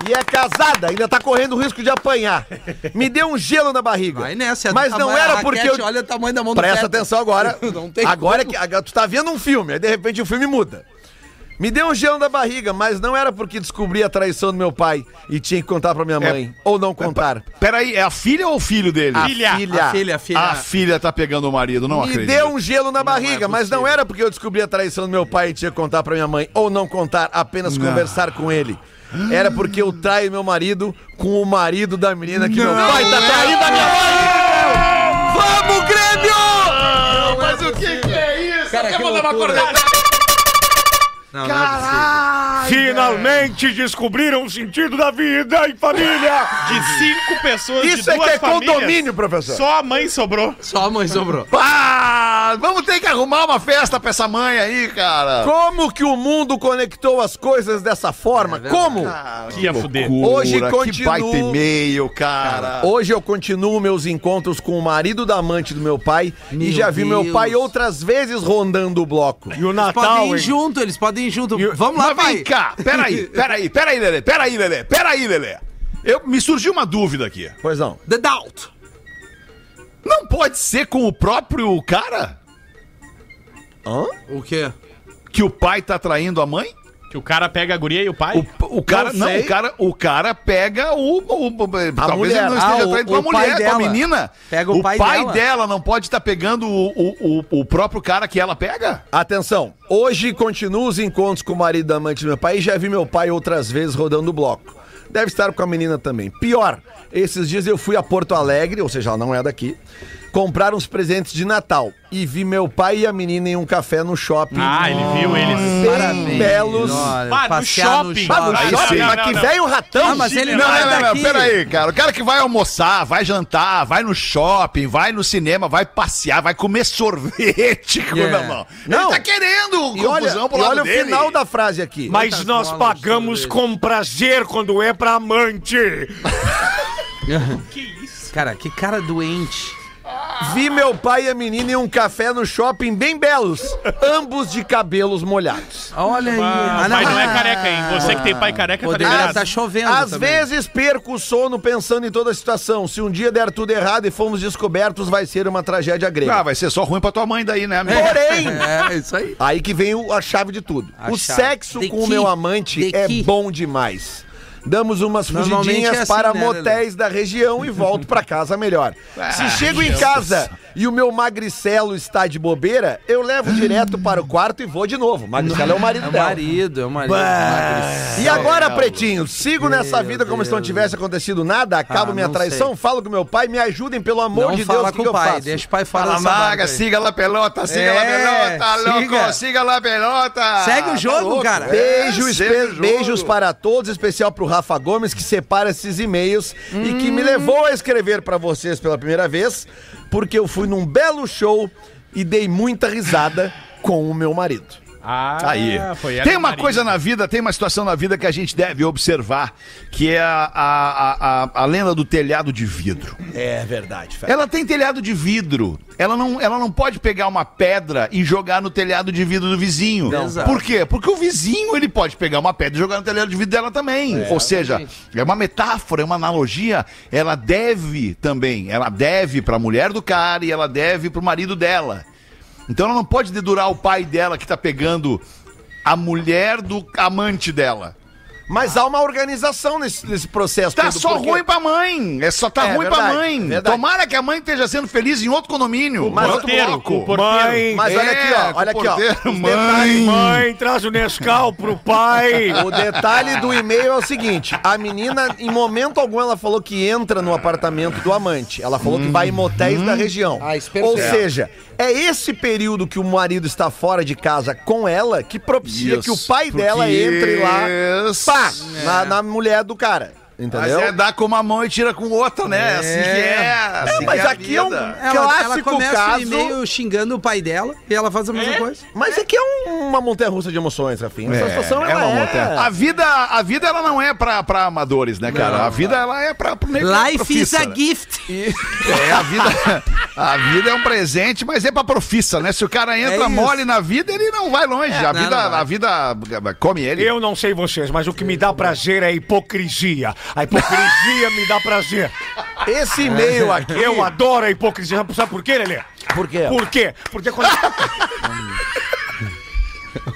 E é casada, ainda tá correndo o risco de apanhar. Me deu um gelo na barriga. Vai nessa. é do Mas não tamanho- a era porque raquete, eu. Olha o tamanho da mão do Presta Peter. atenção agora. <laughs> Não tem agora que agora tu tá vendo um filme, aí de repente o filme muda. Me deu um gelo na barriga, mas não era porque descobri a traição do meu pai e tinha que contar pra minha É. mãe. ou não contar. Peraí, é a filha ou o filho dele? A filha. filha. Ah. A filha, a filha. A filha tá pegando o marido, não é Me acredito. deu um gelo na barriga, mas não era porque eu descobri a traição do meu pai e tinha que contar pra minha mãe. Ou não contar, apenas conversar com ele. Era porque eu traio meu marido com o marido da menina que meu pai tá é traindo a minha mãe! Vamos, Grêmio! Mas o que, que é isso? Cara, que loucura. Não, não é possível. Finalmente descobriram o sentido da vida em família. De cinco pessoas, Isso de é duas que é famílias, condomínio, professor. Só a mãe sobrou. Só a mãe sobrou. Pá! Vamos ter que arrumar uma festa pra essa mãe aí, cara. Como que o mundo conectou as coisas dessa forma? É Como? Que ia fuder. Hoje Loucura, Que continua- baita e-mail, cara. Hoje eu continuo meus encontros com o marido da amante do meu pai Meu e já vi Deus. meu pai outras vezes rondando o bloco. E o Eles podem Natal, ir hein? junto, eles podem ir junto. Vamos lá, Mas pai. vem cá, peraí, peraí, peraí, Lelê, peraí, Lelê, peraí, Lelê. Eu, me surgiu uma dúvida aqui. Pois não. The Doubt. Não pode ser com o próprio cara O quê? que o pai tá traindo a mãe? Que o cara pega a guria e o pai. O, o cara, não, sei. o cara, o cara pega o, o- o- talvez mulher. ele não Ah, esteja o- traindo com a o pai mulher, com a dela. menina. Pega o pai dela. não pode estar pegando o, o, o- o próprio cara que ela pega? Atenção, hoje continuo os encontros com o marido da amante do meu pai e já vi meu pai outras vezes rodando o bloco. Deve estar com a menina também. Pior, esses dias eu fui a Porto Alegre, ou seja, ela não é daqui, comprar uns presentes de Natal e vi meu pai e a menina em um café no shopping. Ah, ele viu eles. Parabéns. Belos. Olha, Pá, no passear shopping. Ah, no Aí shopping, sim. mas que Não, não, velho ratão. Ah, mas ele Não, não, não, é não, daqui. peraí, cara. O cara que vai almoçar, vai jantar, vai no shopping, vai no cinema, vai passear, vai comer <laughs> sorvete, Yeah. meu irmão. Não. Ele tá querendo E olha, confusão pro e lado olha o dele. final da frase aqui. Mas nós bolas pagamos sobre com prazer quando é pra amante. Cara, que cara doente. Vi meu pai e a menina em um café no shopping bem belos, ambos de cabelos molhados. Olha aí. Ah, Ah, pai não é ah, careca, hein? Você que tem pai careca tá Poderia ligado. estar chovendo Às também. vezes perco o sono pensando em toda a situação. Se um dia der tudo errado e fomos descobertos, vai ser uma tragédia Ah, grega. vai ser só ruim pra tua mãe daí, né, amigo? Porém, É, isso aí. aí que vem o- a chave de tudo. A o chave. sexo De com o que? meu amante De é que? bom demais. Damos umas Normalmente fugidinhas é assim, para né, Ah, motéis da região e volto pra casa <laughs> melhor. Se chego em casa e o meu magricelo está de bobeira, eu levo direto para o quarto e vou de novo. Magricelo é o É marido o dela. marido, é o marido. E agora, pretinho, sigo nessa vida como se não Deus. tivesse acontecido nada, acabo Ah, minha não traição, sei. falo com meu pai, me ajudem, pelo amor Não de Deus, fala o que, com que eu o pai, faço? deixa o pai falar Fala, essa maga, aí. siga lá pelota, siga lá É, pelota, siga. louco, siga lá pelota. Segue o Tá jogo, louco? cara. Beijo, É, espe- segue o jogo. beijos para todos, especial pro Rafa Gomes, que separa esses e-mails e que Hum. me levou a escrever para vocês pela primeira vez, porque eu fui num belo show e dei muita risada com o meu marido. Ah, Aí. foi ela e tem o uma marido. coisa na vida, tem uma situação na vida que a gente deve observar, que é a, a, a, a, a lenda do telhado de vidro. É verdade, Fer. Ela tem telhado de vidro. Ela não, ela não pode pegar uma pedra e jogar no telhado de vidro do vizinho. Exato. Por quê? Porque o vizinho ele pode pegar uma pedra e jogar no telhado de vidro dela também. Ou seja, é uma metáfora, é uma analogia. Ela deve também. Ela deve pra mulher do cara e ela deve pro marido dela. Então ela não pode dedurar o pai dela que tá pegando a mulher do amante dela. Mas há uma organização nesse, nesse processo. Tá Pedro, só porque- ruim pra mãe. É só tá É, ruim pra verdade, mãe. verdade. Tomara que a mãe esteja sendo feliz em outro condomínio. mas- outro Porteiro, bloco. o porteiro. Mãe, Mas olha aqui, É, ó, olha com aqui, ó. porteiro, Os mãe. mãe, traz o Nescau <laughs> pro pai. O detalhe do e-mail é o seguinte: a menina, em momento algum, ela falou que entra no apartamento do amante. Ela falou que vai em motéis da região. Ah, isso é Ou perfeito. seja, é esse período que o marido está fora de casa com ela que propicia Isso. que o pai dela Porque- entre lá Isso. pá, na, na mulher do cara. Mas Entendeu? é dar com uma mão e tira com outra, né? Assim que é. assim mas que a aqui é um- vida. Clássico Ela, ela começa caso- o e-mail xingando o pai dela e ela faz a mesma coisa. Mas aqui é um- uma montanha russa de emoções, Rafinha. Essa situação É, ela é uma é. montanha. A vida, a vida ela não é pra, pra amadores, né, cara? a vida ela é pra pro negro Life is profissa, a né? <laughs> gift. É, a vida, <laughs> a vida é um presente, mas é pra profissa, né? Se o cara É entra isso. mole na vida, ele não vai longe. a, não, vida, não vai. a vida come ele. Eu não sei vocês, mas o que me dá prazer é a hipocrisia. A hipocrisia me dá <laughs> prazer. Esse e-mail aqui. Eu adoro a hipocrisia. Sabe por quê, Lelê? Por quê? Por quê? Porque quando.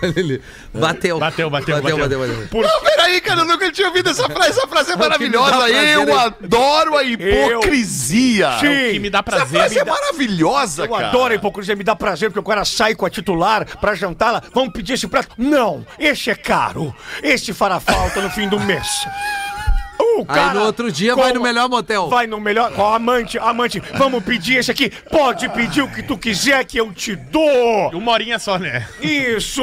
Ele bateu. Bateu, bateu, bateu. bateu. bateu, bateu. Não, peraí, cara, eu nunca tinha ouvido essa frase. Essa frase é dá maravilhosa. prazer, Eu hein? adoro a hipocrisia. Sim. Que me dá Essa prazer. frase é me dá- maravilhosa, Eu cara. adoro a hipocrisia, me dá prazer, porque o cara sai com a titular pra jantá-la. Vamos pedir esse prato. Não, esse é caro. Esse fará falta no fim do <laughs> mês. O Aí no outro dia vai no melhor motel. Vai no melhor. Ó, amante, amante, vamos pedir esse aqui. Pode pedir o que tu quiser que eu te dou. Uma horinha só, né? Isso!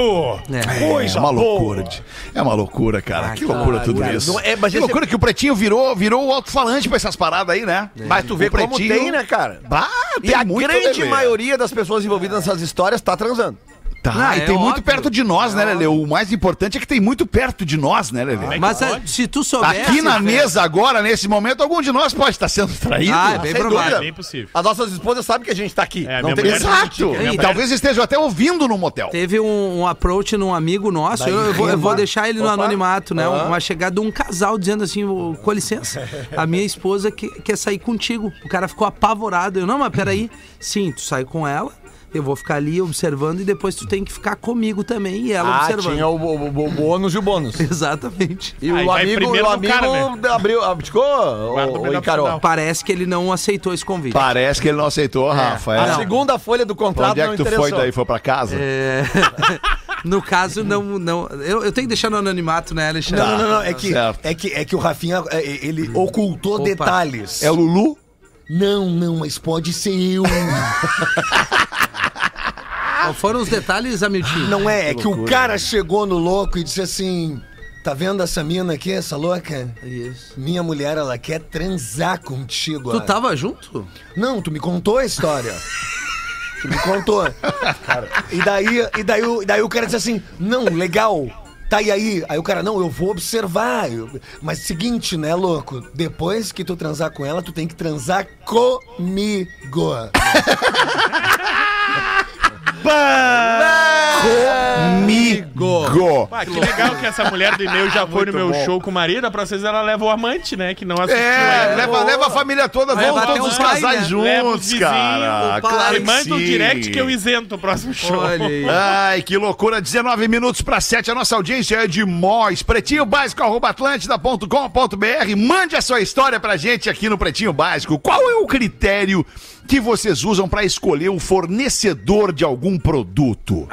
É, Coisa É uma boa. loucura. de- É uma loucura, cara. que loucura tudo isso. não é- mas que esse- loucura que o Pretinho virou, virou o alto-falante pra essas paradas aí, né? Mas tu vê o pretinho... como tem, né, cara? Bah, E tem a muito grande TV. maioria das pessoas envolvidas nessas histórias tá transando. Tá, Não, e é tem muito óbvio. É perto de nós, né, Lele? O mais importante é que tem muito perto de nós, né, Lele? Mas é, a- se tu soubesse... Aqui na Fer, mesa agora, nesse momento, algum de nós pode estar sendo traído. Ah, é bem Sem provável. dúvida. Bem possível. As nossas esposas sabem que a gente tá aqui. É, não minha tem mulher- Exato. Minha E né? mulher- talvez estejam até ouvindo no motel. Teve um, um approach num amigo nosso, eu, eu vou, eu vou deixar ele no Opa. anonimato, né? Aham. Uma chegada de um casal dizendo assim, "Ô, com licença, a minha esposa que, quer sair contigo. O cara ficou apavorado. Eu, não, mas peraí, sim, tu sai com ela, eu vou ficar ali observando e depois tu tem que ficar comigo também e ela Ah, observando. tinha o, o, o- o bônus e o bônus. <laughs> Exatamente. E Aí o vai amigo, e primeiro o no amigo é cara, né? abriu, ah, abdicou Guarda o ou, ou melhor encarou? final. Parece que ele não aceitou esse convite. Parece que ele não aceitou, Rafa. é. Ah, A segunda folha do Pra contrato onde é não que tu interessou. foi daí? Foi pra casa? É. No caso, não. não eu, eu tenho que deixar no anonimato, né, Alexandre? Tá. Não, não, não. É que, Certo. é que, é que o Rafinha, é, é, ele ocultou Opa. detalhes. É o Lulu? Não, não, mas pode ser eu. Qual Foram os detalhes, Amiltinho. Não é, é que o cara chegou no louco e disse assim: Tá vendo essa mina aqui, essa louca? Isso. Minha mulher, ela quer transar contigo. Tu tá ó." tava junto? Não, tu me contou a história. tu me contou. E daí, e daí, o- e daí o cara disse assim: Não, legal. Tá, e aí? Aí o cara, não, eu vou observar. Eu- Mas seguinte, né, louco? Depois que tu transar com ela, tu tem que transar comigo. Migo. Pá, que legal que essa mulher do e-mail já foi no meu show com o marido. A vocês ela leva o amante, né? Que não assistiu. É, ainda. leva, leva a família toda, Vai, vão bateu um todos os o pai, casais né? Leva os juntos, vizinhos, cara. o pai. Claro E que manda um sim. direct que eu isento o próximo show. Olha aí. Ai, que loucura, 19 minutos para 7. A nossa audiência é de Móis. Pretinho Básico, arroba atlântida.com.br. Mande a sua história pra gente aqui no Pretinho Básico. Qual é o critério que vocês usam para escolher o fornecedor de algum produto?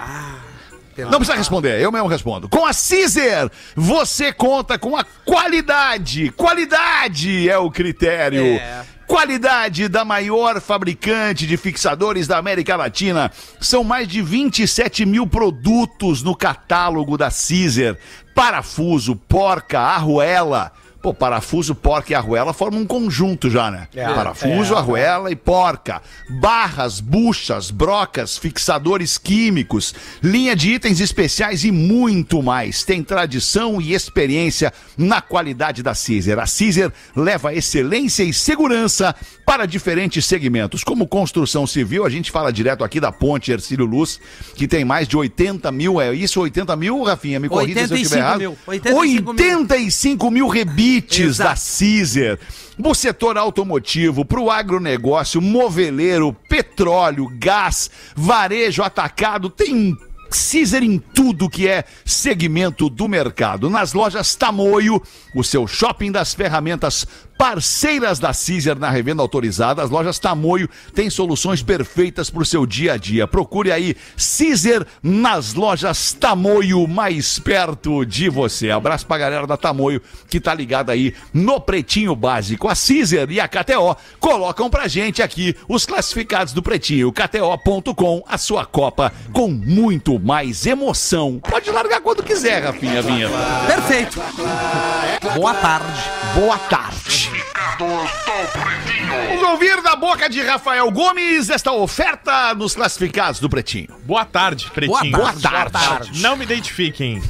Não precisa responder, eu mesmo respondo. Com a Caesar, você conta com a qualidade. Qualidade é o critério. Qualidade da maior fabricante de fixadores da América Latina. São mais de 27 mil produtos no catálogo da Caesar. Parafuso, porca, arruela. Pô, parafuso, porca e arruela formam um conjunto já, né? parafuso, arruela e porca. Barras, buchas, brocas, fixadores químicos, linha de itens especiais e muito mais. Tem tradição e experiência na qualidade da Caesar. A Caesar leva excelência e segurança para diferentes segmentos, como construção civil. A gente fala direto aqui da Ponte Ercílio Luz, que tem mais de 80 mil. É isso, 80 mil, Rafinha? Me corrija se eu estiver 85 errado. mil, 85 mil. 35 mil rebites Exato. da Caesar. O setor automotivo, para o agronegócio, moveleiro, petróleo, gás, varejo atacado, tem Caesar em tudo que é segmento do mercado. Nas lojas Tamoio, o seu shopping das ferramentas parceiras da Caesar na revenda autorizada, as lojas Tamoio têm soluções perfeitas para o seu dia a dia. Procure aí Caesar nas lojas Tamoio, mais perto de você. Abraço pra galera da Tamoio que tá ligada aí no Pretinho Básico. A Caesar e a KTO colocam pra gente aqui os classificados do Pretinho. KTO.com, a sua Copa com muito mais Ah. emoção. Pode largar quando quiser, Rafinha Vinha. Perfeito. Boa tarde. Boa tarde. Vamos ouvir da boca de Rafael Gomes esta oferta nos classificados do Pretinho. Boa tarde, pretinho. Boa tarde. Boa tarde. Não me identifiquem.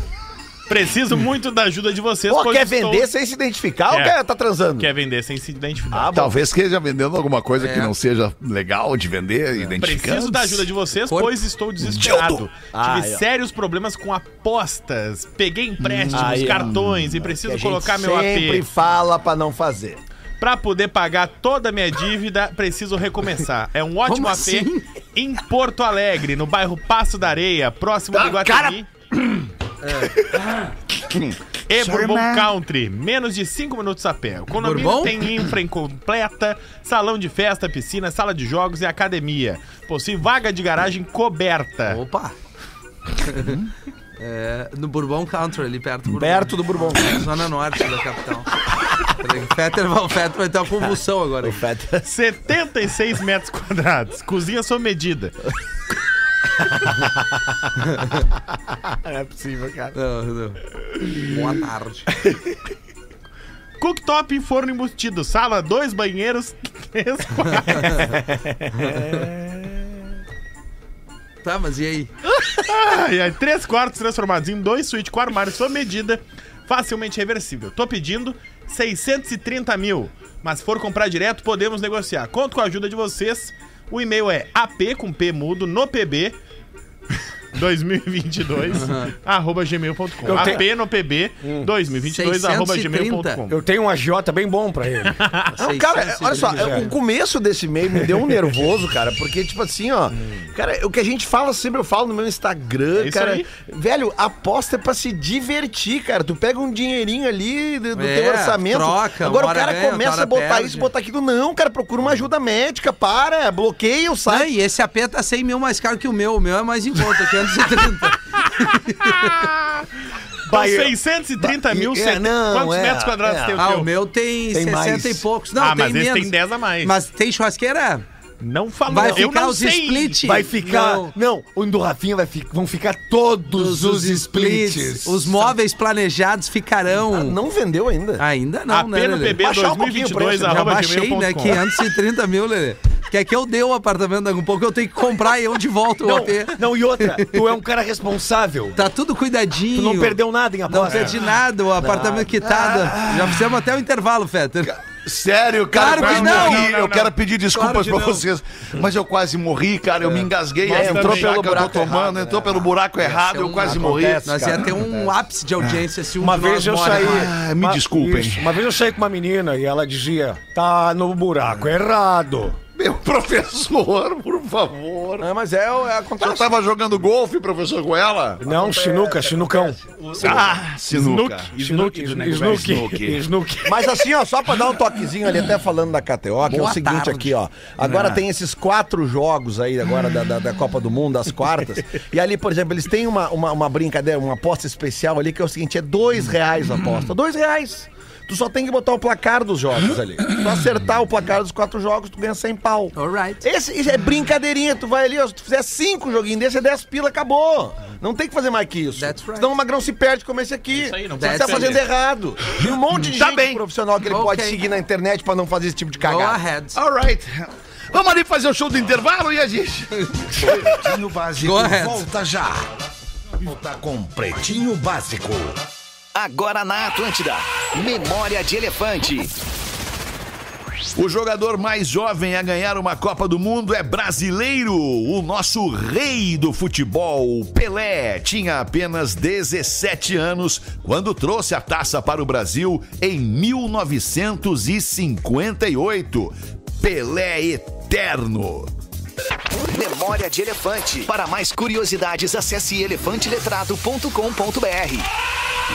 Preciso muito da ajuda de vocês. Pô, pois quer estou- vender sem se identificar ou É. quer tá transando? Quer vender sem se identificar. Ah, bom. Talvez esteja vendendo alguma coisa que não seja legal de vender, identificando. É. Preciso da ajuda de vocês, Corpo. pois estou desesperado. Dildo. Ah, Tive é. sérios problemas com apostas. Peguei empréstimos, Ah, é. cartões e Que a preciso gente colocar meu sempre AP. fala pra não fazer. Pra poder pagar toda a minha dívida, preciso recomeçar. É um Como ótimo AP assim? em Porto Alegre, no bairro Passo da Areia, próximo Ah, do Guatemi. É. E Bourbon Country, menos de 5 minutos a pé. O condomínio Bourbon? tem infra incompleta, salão de festa, piscina, sala de jogos e academia. Possui vaga de garagem coberta. Opa! É, no Bourbon Country, ali perto do Bourbon. Perto do Bourbon. Zona norte da capital. O Fetter, vai- o Fetter vai ter uma convulsão agora. 76 metros quadrados. Cozinha sob medida. Não, não. Boa tarde. Cooktop e forno embutido. Sala, dois banheiros, três quartos. Tá, mas e aí? Ai, ai, três quartos transformados em dois suíte com armário sob medida. Facilmente reversível. Tô pedindo 630 mil. Mas se for comprar direto, podemos negociar. Conto com a ajuda de vocês. O e-mail é ap com P mudo no <laughs> pb 2022 arroba gmail.com. Eu tenho- AP no pb 2022 arroba 630. gmail.com. Eu tenho um agiota bem bom pra ele. Não, Cara, olha tipo só, o começo desse meio me <laughs> deu um nervoso, cara, porque, tipo assim, ó. Hum. Cara, o que a gente fala sempre, eu falo no meu Instagram, É isso cara. aí. Velho, aposta é pra se divertir, cara. Tu pega um dinheirinho ali do, do É, teu orçamento. troca, Agora uma o hora cara ganha, outra começa hora a botar perde. Hum. isso, botar aquilo. Não, cara, procura uma ajuda médica, para, bloqueia o site. e esse AP tá 100 mil mais caro que o meu. O meu é mais em <laughs> conta, 530. Então, 630 mil, é, set- não, quantos é, metros quadrados é. tem o Ah, teu? o meu tem, Tem 60 mais. e poucos. Não, Ah, tem mas esse menos. tem 10 a mais. Mas tem churrasqueira? Não falou. Vai eu ficar não os sei. split? Vai ficar. Não. Não, o do Rafinha vai fi- vão ficar todos Os, os, os splits. splits. Os móveis planejados ficarão. Não vendeu ainda. Ainda não, AP né, no Lelê? pb Baixar um pouquinho o preço, 2022 Já arroba baixei, né? gmail.com. 530 mil, Lelê. Quer que eu dê o apartamento daqui a pouco, eu tenho que comprar e eu de volta o Não, AP. não, e outra, tu é um cara responsável. Tá tudo cuidadinho. Tu não um perdeu nada em Não é. aposta. perdi nada, o apartamento quitado. Já fizemos até o intervalo, Fetter. Sério, Claro que quase não. morri. Não, não, eu não. quero pedir Claro desculpas que pra não. vocês, mas eu quase morri, cara. Eu me engasguei. Mas aí também. entrou pelo Chá que eu tô buraco tomando, errado, entrou pelo buraco errado, eu um- quase é acontece, morri. Nós ia ter um ápice de audiência se um Uma de vez nós eu morre saí. lá. Ah, me uma- desculpem. isso, uma vez eu saí com uma menina e ela dizia: tá no buraco errado. Meu <laughs> professor, por favor. Ah, mas é, é Eu acontece. tava jogando golfe, professor, com ela? Não, sinuca, sinucão. Ah, sinuca. Snook, negócio. Snook, Snook. Snook. Mas assim, ó, só pra dar um toquezinho ali, até falando da KTO, que é o Boa seguinte tarde. Ah. aqui, ó. Agora tem esses quatro jogos aí agora da, da, da Copa do Mundo, das <laughs> quartas. e ali, por exemplo, eles têm uma, uma, uma brincadeira, uma aposta especial ali, que é o seguinte, é dois reais a aposta. Dois reais. Tu só tem que botar o placar dos jogos ali. Se tu acertar o placar dos quatro jogos, tu ganha 100 pau. Alright. Esse, isso é brincadeirinha, tu vai ali, ó, se tu fizer cinco joguinhos desse, é 10 pila, acabou. Não tem que fazer mais que isso. That's right. Senão o Magrão se perde como esse aqui. Isso aí, não Você pode tá perder. fazendo errado. E um monte de Tá gente bem. profissional que ele Ok. pode seguir na internet pra não fazer esse tipo de Go cagada. ahead. All right. Vamos ali fazer o show do intervalo e a gente... Pretinho Básico Go ahead. volta já. Volta com Pretinho Básico. Agora na Atlântida. Memória de Elefante. O jogador mais jovem a ganhar uma Copa do Mundo é brasileiro. O nosso rei do futebol, Pelé, tinha apenas 17 anos quando trouxe a taça para o Brasil em 1958. Pelé eterno. Memória de Elefante. Para mais curiosidades, acesse elefanteletrado.com.br.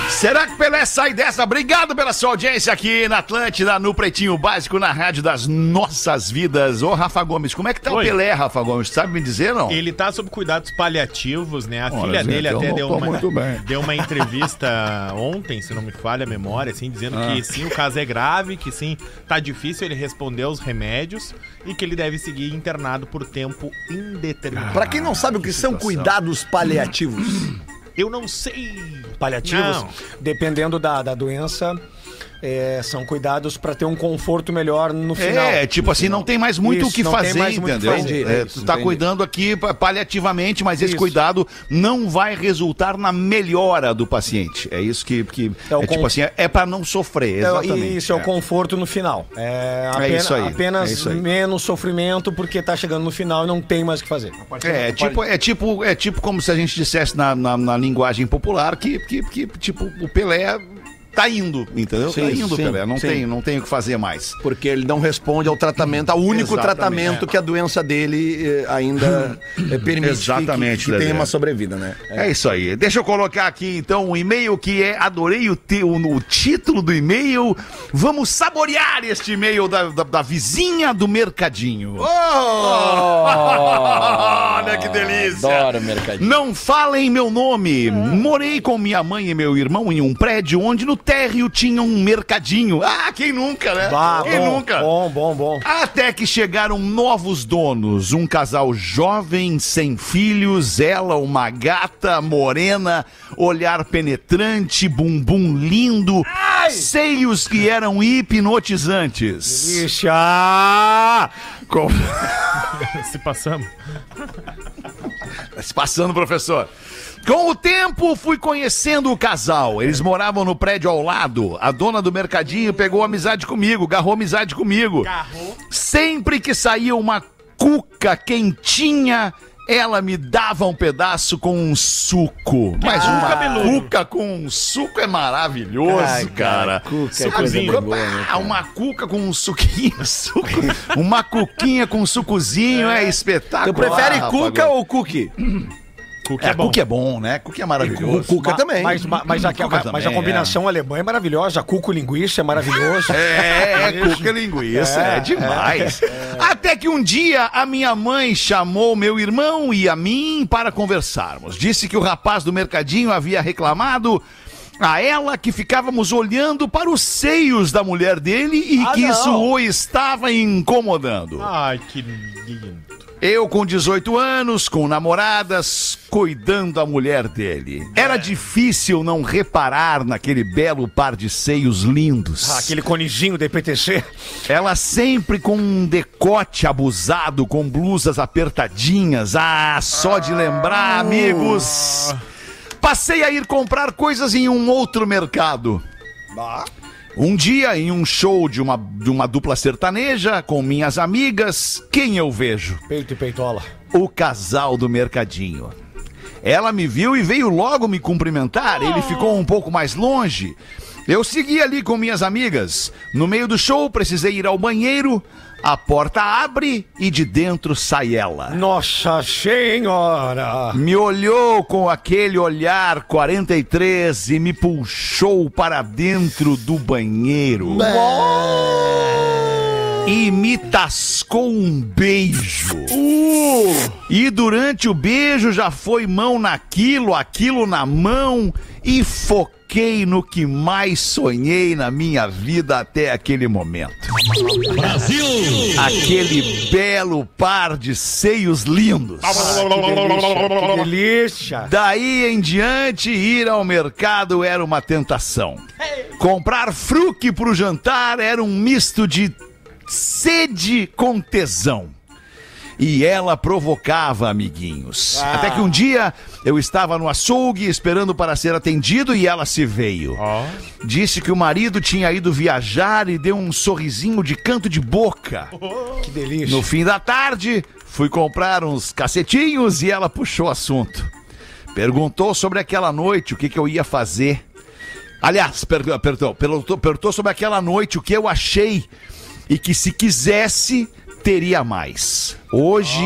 Será que Pelé sai dessa? Obrigado pela sua audiência aqui na Atlântida, no Pretinho Básico, na Rádio das Nossas Vidas. Ô, Rafa Gomes, como é que tá Oi. o Pelé, Rafa Gomes? Sabe me dizer, não? Ele tá sob cuidados paliativos, né? A Olha, filha gente, dele eu até não deu tô uma, muito bem. deu <laughs> uma entrevista ontem, se não me falha a memória, assim, dizendo Ah. que sim, o caso é grave, que sim, tá difícil ele responder aos remédios e que ele deve seguir internado por tempo indeterminado. Pra quem não sabe o que, são cuidados paliativos. Eu não sei. Paliativos. Não. Dependendo da, da doença, é, são cuidados para ter um conforto melhor no final. É, tipo assim, não tem mais muito Isso, o que não tem fazer, mais muito o que entendeu? fazer. É, Isso, tu tá entendi. cuidando aqui pa- paliativamente, mas esse Isso. cuidado não vai resultar na melhora do paciente. É isso que, que é, É o tipo con- assim, é- é para não sofrer, É, exatamente. e isso é, o conforto no final. É, apenas, isso aí, apenas é isso aí. menos sofrimento porque tá chegando no final e não tem mais o que fazer. É, é tipo, é, tipo, é tipo como se a gente dissesse na, na, na linguagem popular que, que, que, tipo, o Pelé tá indo, entendeu? tá Sim, indo, sim, Pelé. Não sim. tem, não tem o que fazer mais. Porque ele não responde ao tratamento, ao único Exatamente, tratamento é. que a doença dele eh, ainda eh, permite que- Exatamente, que, que, Lelê. tenha uma sobrevida, né? É isso aí. Deixa eu colocar aqui então um e-mail que é adorei o, teu, o título do e-mail. Vamos saborear este e-mail da, da, da vizinha do mercadinho. Oh! <laughs> Olha que delícia! Oh! Adoro mercadinho. Não falem meu nome. Morei com minha mãe e meu irmão em um prédio onde no térreo tinha um mercadinho. Ah, quem nunca, né? Bah, quem bom, nunca? Bom, bom, bom. Até que chegaram novos donos, um casal jovem, sem filhos, ela uma gata morena, olhar penetrante, bumbum lindo, seios que eram hipnotizantes. Ah, Ixi, Com- Se passamos. <laughs> Se passando, professor. Com o tempo, fui conhecendo o casal. Eles moravam no prédio ao lado. A dona do mercadinho pegou amizade comigo, garrou amizade comigo. Sempre que saía uma cuca quentinha, ela me dava um pedaço com um suco. Mas Ah, uma cuca com um suco é maravilhoso, cara. Cuca, é Sucozinho. coisa bem boa, né, Ah, cara? uma cuca com um suquinho, <laughs> suco. uma cuquinha com um sucozinho é, espetacular. Tu prefere cuca ou cookie? É, é cookie é bom, né? Cookie é maravilhoso. Cuca também. Mas, ma- mas, a, Cuca mas também, a combinação alemã é maravilhosa. Cuco linguiça é <laughs> <laughs> maravilhoso. É, é cuca é linguiça, é, demais. Até que um dia a minha mãe chamou meu irmão e a mim para conversarmos. Disse que o rapaz do mercadinho havia reclamado a ela que ficávamos olhando para os seios da mulher dele e que isso o estava incomodando. Ai, que lindo. Eu com 18 anos, com namoradas, cuidando a mulher dele. É. Era difícil não reparar naquele belo par de seios lindos. Ah, Aquele conizinho do IPTC. Ela sempre com um decote abusado, com blusas apertadinhas. Ah, só de Ah. lembrar, amigos. Passei a ir comprar coisas em um outro mercado. Um dia, em um show de uma, de uma dupla sertaneja, com minhas amigas, quem eu vejo? Peito e peitola. o casal do mercadinho. Ela me viu e veio logo me cumprimentar. Ele ficou um pouco mais longe. Eu segui ali com minhas amigas. No meio do show, precisei ir ao banheiro. A porta abre e de dentro sai ela. Nossa Senhora! Me olhou com aquele olhar 43 e me puxou para dentro do banheiro. E me tascou um beijo. E durante o beijo já foi mão naquilo, aquilo na mão e foquei no que mais sonhei na minha vida até aquele momento. Brasil! Aquele belo par de seios lindos. Que delícia! Daí em diante, ir ao mercado era uma tentação. Comprar fruque pro jantar era um misto de sede com tesão. E ela provocava amiguinhos. Até que um dia eu estava no açougue esperando para ser atendido e ela se veio. Disse que o marido tinha ido viajar e deu um sorrisinho de canto de boca. Que delícia! No fim da tarde, fui comprar uns cacetinhos e ela puxou o assunto. Perguntou sobre aquela noite o que, que eu ia fazer. Aliás, per perdão, perguntou, perguntou sobre aquela noite o que eu achei e que se quisesse, teria mais. Hoje,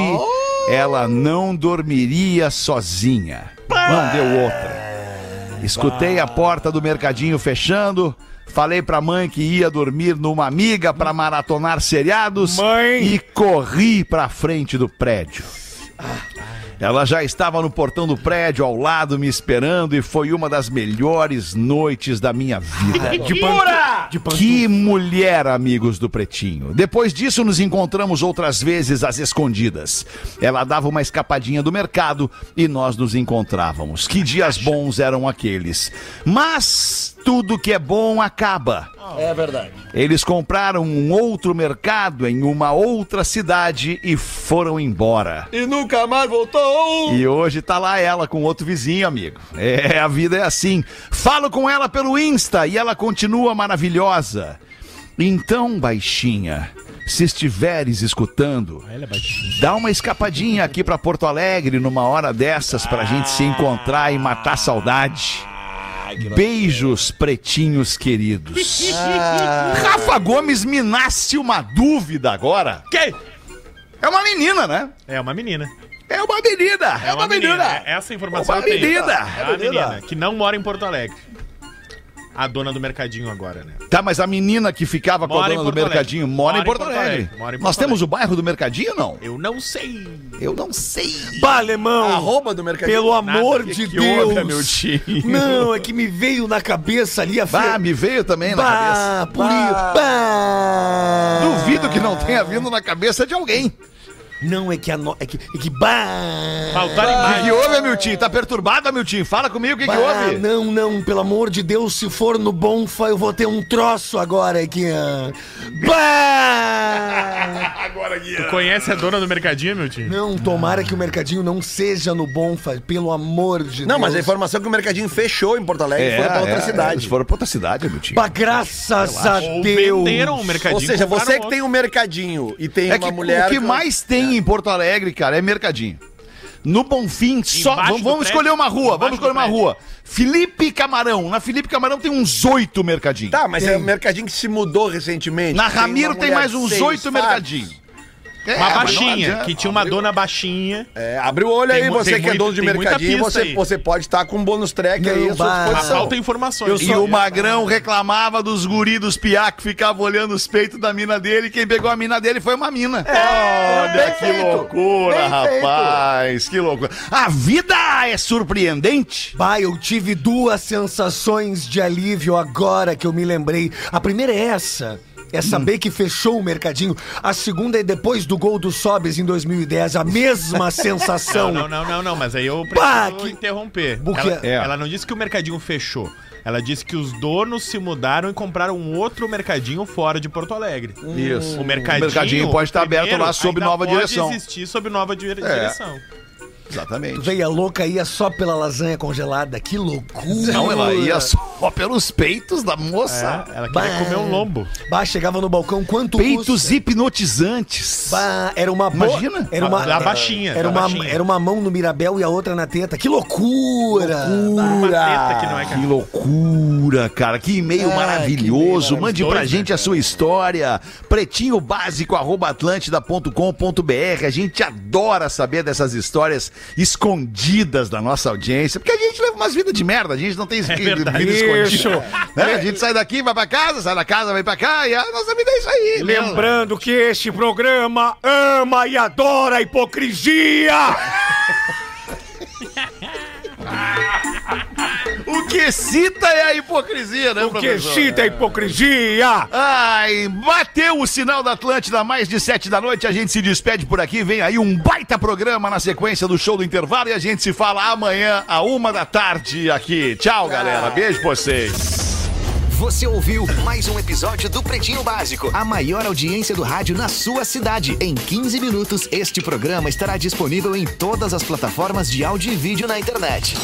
ela não dormiria sozinha. Mandeu outra. Escutei a porta do mercadinho fechando. Falei pra mãe que ia dormir numa amiga pra maratonar seriados Mãe! e corri pra frente do prédio. Ela já estava no portão do prédio ao lado me esperando e foi uma das melhores noites da minha vida. De pura! Que mulher, amigos do Pretinho. Depois disso, nos encontramos outras vezes às escondidas. Ela dava uma escapadinha do mercado e nós nos encontrávamos. Que dias bons eram aqueles. Mas tudo que é bom acaba. Eles compraram um outro mercado em uma outra cidade e foram embora. E nunca mais voltou! E hoje tá lá ela com outro vizinho, amigo. É, a vida é assim. Falo com ela pelo Insta e ela continua maravilhosa. Então, baixinha, se estiveres escutando, é dá uma escapadinha aqui pra Porto Alegre numa hora dessas pra gente se encontrar e matar a saudade. Beijos, pretinhos <laughs> queridos. Rafa Gomes me nasce uma dúvida agora. Quem? É uma menina, né? É uma menina. É uma menina! É uma menina. Essa informação Uma eu tenho. menina. É uma menina que não mora em Porto Alegre. A dona do mercadinho agora, né? Tá, mas a menina que ficava com Mora a em dona do Porto Alegre. mercadinho mora, em Porto, Alegre. Mora em Porto Nós temos Alegre. o bairro do mercadinho ou não? Eu não sei. Eu não sei. Bah, alemão, Arroba do mercadinho. pelo amor que de que Deus. houve, meu tio? Não, é que me veio na cabeça ali a Bah, frase. me veio também na cabeça. Bah, por isso. Bah. Duvido que não tenha vindo na cabeça de alguém. Não, é que a no... é que, é que bah. Faltaram O que, que imagens. houve, meu tio? Tá perturbado, meu tio? Fala comigo, o que, que Bah, houve? Não, não, pelo amor de Deus, se for no Bonfa, eu vou ter um troço agora aqui. ah. Bah! Tu conhece a dona do mercadinho, meu tio? Não, tomara que o mercadinho não seja no Bonfa, pelo amor de Deus. Não, mas a informação é que o mercadinho fechou em Porto Alegre e foi pra outra cidade. É, Eles foram pra outra cidade, meu é tio. Bah, graças a Ou Deus. venderam o mercadinho. Ou seja, compraram você que outro. tem um mercadinho e tem É uma que mulher. o que mais tem em Porto Alegre, cara, é mercadinho. No Bonfim, só. Embaixo Vamos, do vamos prédio. escolher uma rua. Embaixo Vamos escolher do uma prédio. rua. Felipe Camarão. Na Felipe Camarão tem uns oito mercadinhos. Tá, mas é um mercadinho que se mudou recentemente. Na Tem uma Ramiro tem mulher mais de uns seis oito fatos. mercadinhos. É, Uma mas não baixinha, adianta. que tinha uma dona baixinha. É, abre o olho Tem aí, mu- você tem que é muito- dono de tem muita mercadinho, pista você, aí. você pode estar com um bônus track aí à sua bah. Mas disposição. falta informações. E o Magrão reclamava dos guris dos piá que ficava olhando os peitos da mina dele. Quem pegou a mina dele foi uma mina. Olha que loucura, rapaz. Que loucura. A vida é surpreendente. Bah, eu tive duas sensações de alívio agora que eu me lembrei. A primeira é essa. É Hum. saber que fechou o mercadinho. A segunda é depois do gol do Sobes em 2010. A <laughs> mesma sensação. Não, não, não, não, não, mas aí eu preciso Pá, que- interromper. Por quê? Ela, É. ela não disse que o mercadinho fechou. Ela disse que os donos se mudaram e compraram um outro mercadinho fora de Porto Alegre. Isso. O mercadinho, O mercadinho pode estar aberto primeiro, lá sob ainda nova pode direção. existir sob nova dire- direção. Exatamente. Veia louca ia só pela lasanha congelada. Que loucura. Não, ela ia só pelos peitos da moça. É, ela queria Bah. comer um lombo. Bah, chegava no balcão quanto Peitos custa? hipnotizantes. Bah, era uma bo- Imagina. Era uma, Da baixinha, Era da uma, baixinha. era uma mão no Mirabel e a outra na teta. Que loucura. Uma teta que não é Que loucura, cara. Ah, Que e-mail maravilhoso. Mande Dois, pra né, gente a sua história. Pretinho básico, arroba A gente adora saber dessas histórias escondidas da nossa audiência. Porque a gente leva umas vidas de merda. A gente não É tem vida verdade. escondida. né? A gente sai daqui, vai pra casa, sai da casa, vai pra cá. E a nossa vida é isso aí. né? Lembrando que este programa ama e adora a hipocrisia. O que cita é a hipocrisia, né, O que professor? cita a hipocrisia. Ai, bateu o sinal da Atlântida, mais de sete da noite. A gente se despede por aqui. Vem aí um baita programa na sequência do show do intervalo. E a gente se fala amanhã, a uma da tarde, aqui. Tchau, galera. Beijo pra vocês. Você ouviu mais um episódio do Pretinho Básico, a maior audiência do rádio na sua cidade. Em 15 minutos, este programa estará disponível em todas as plataformas de áudio e vídeo na internet.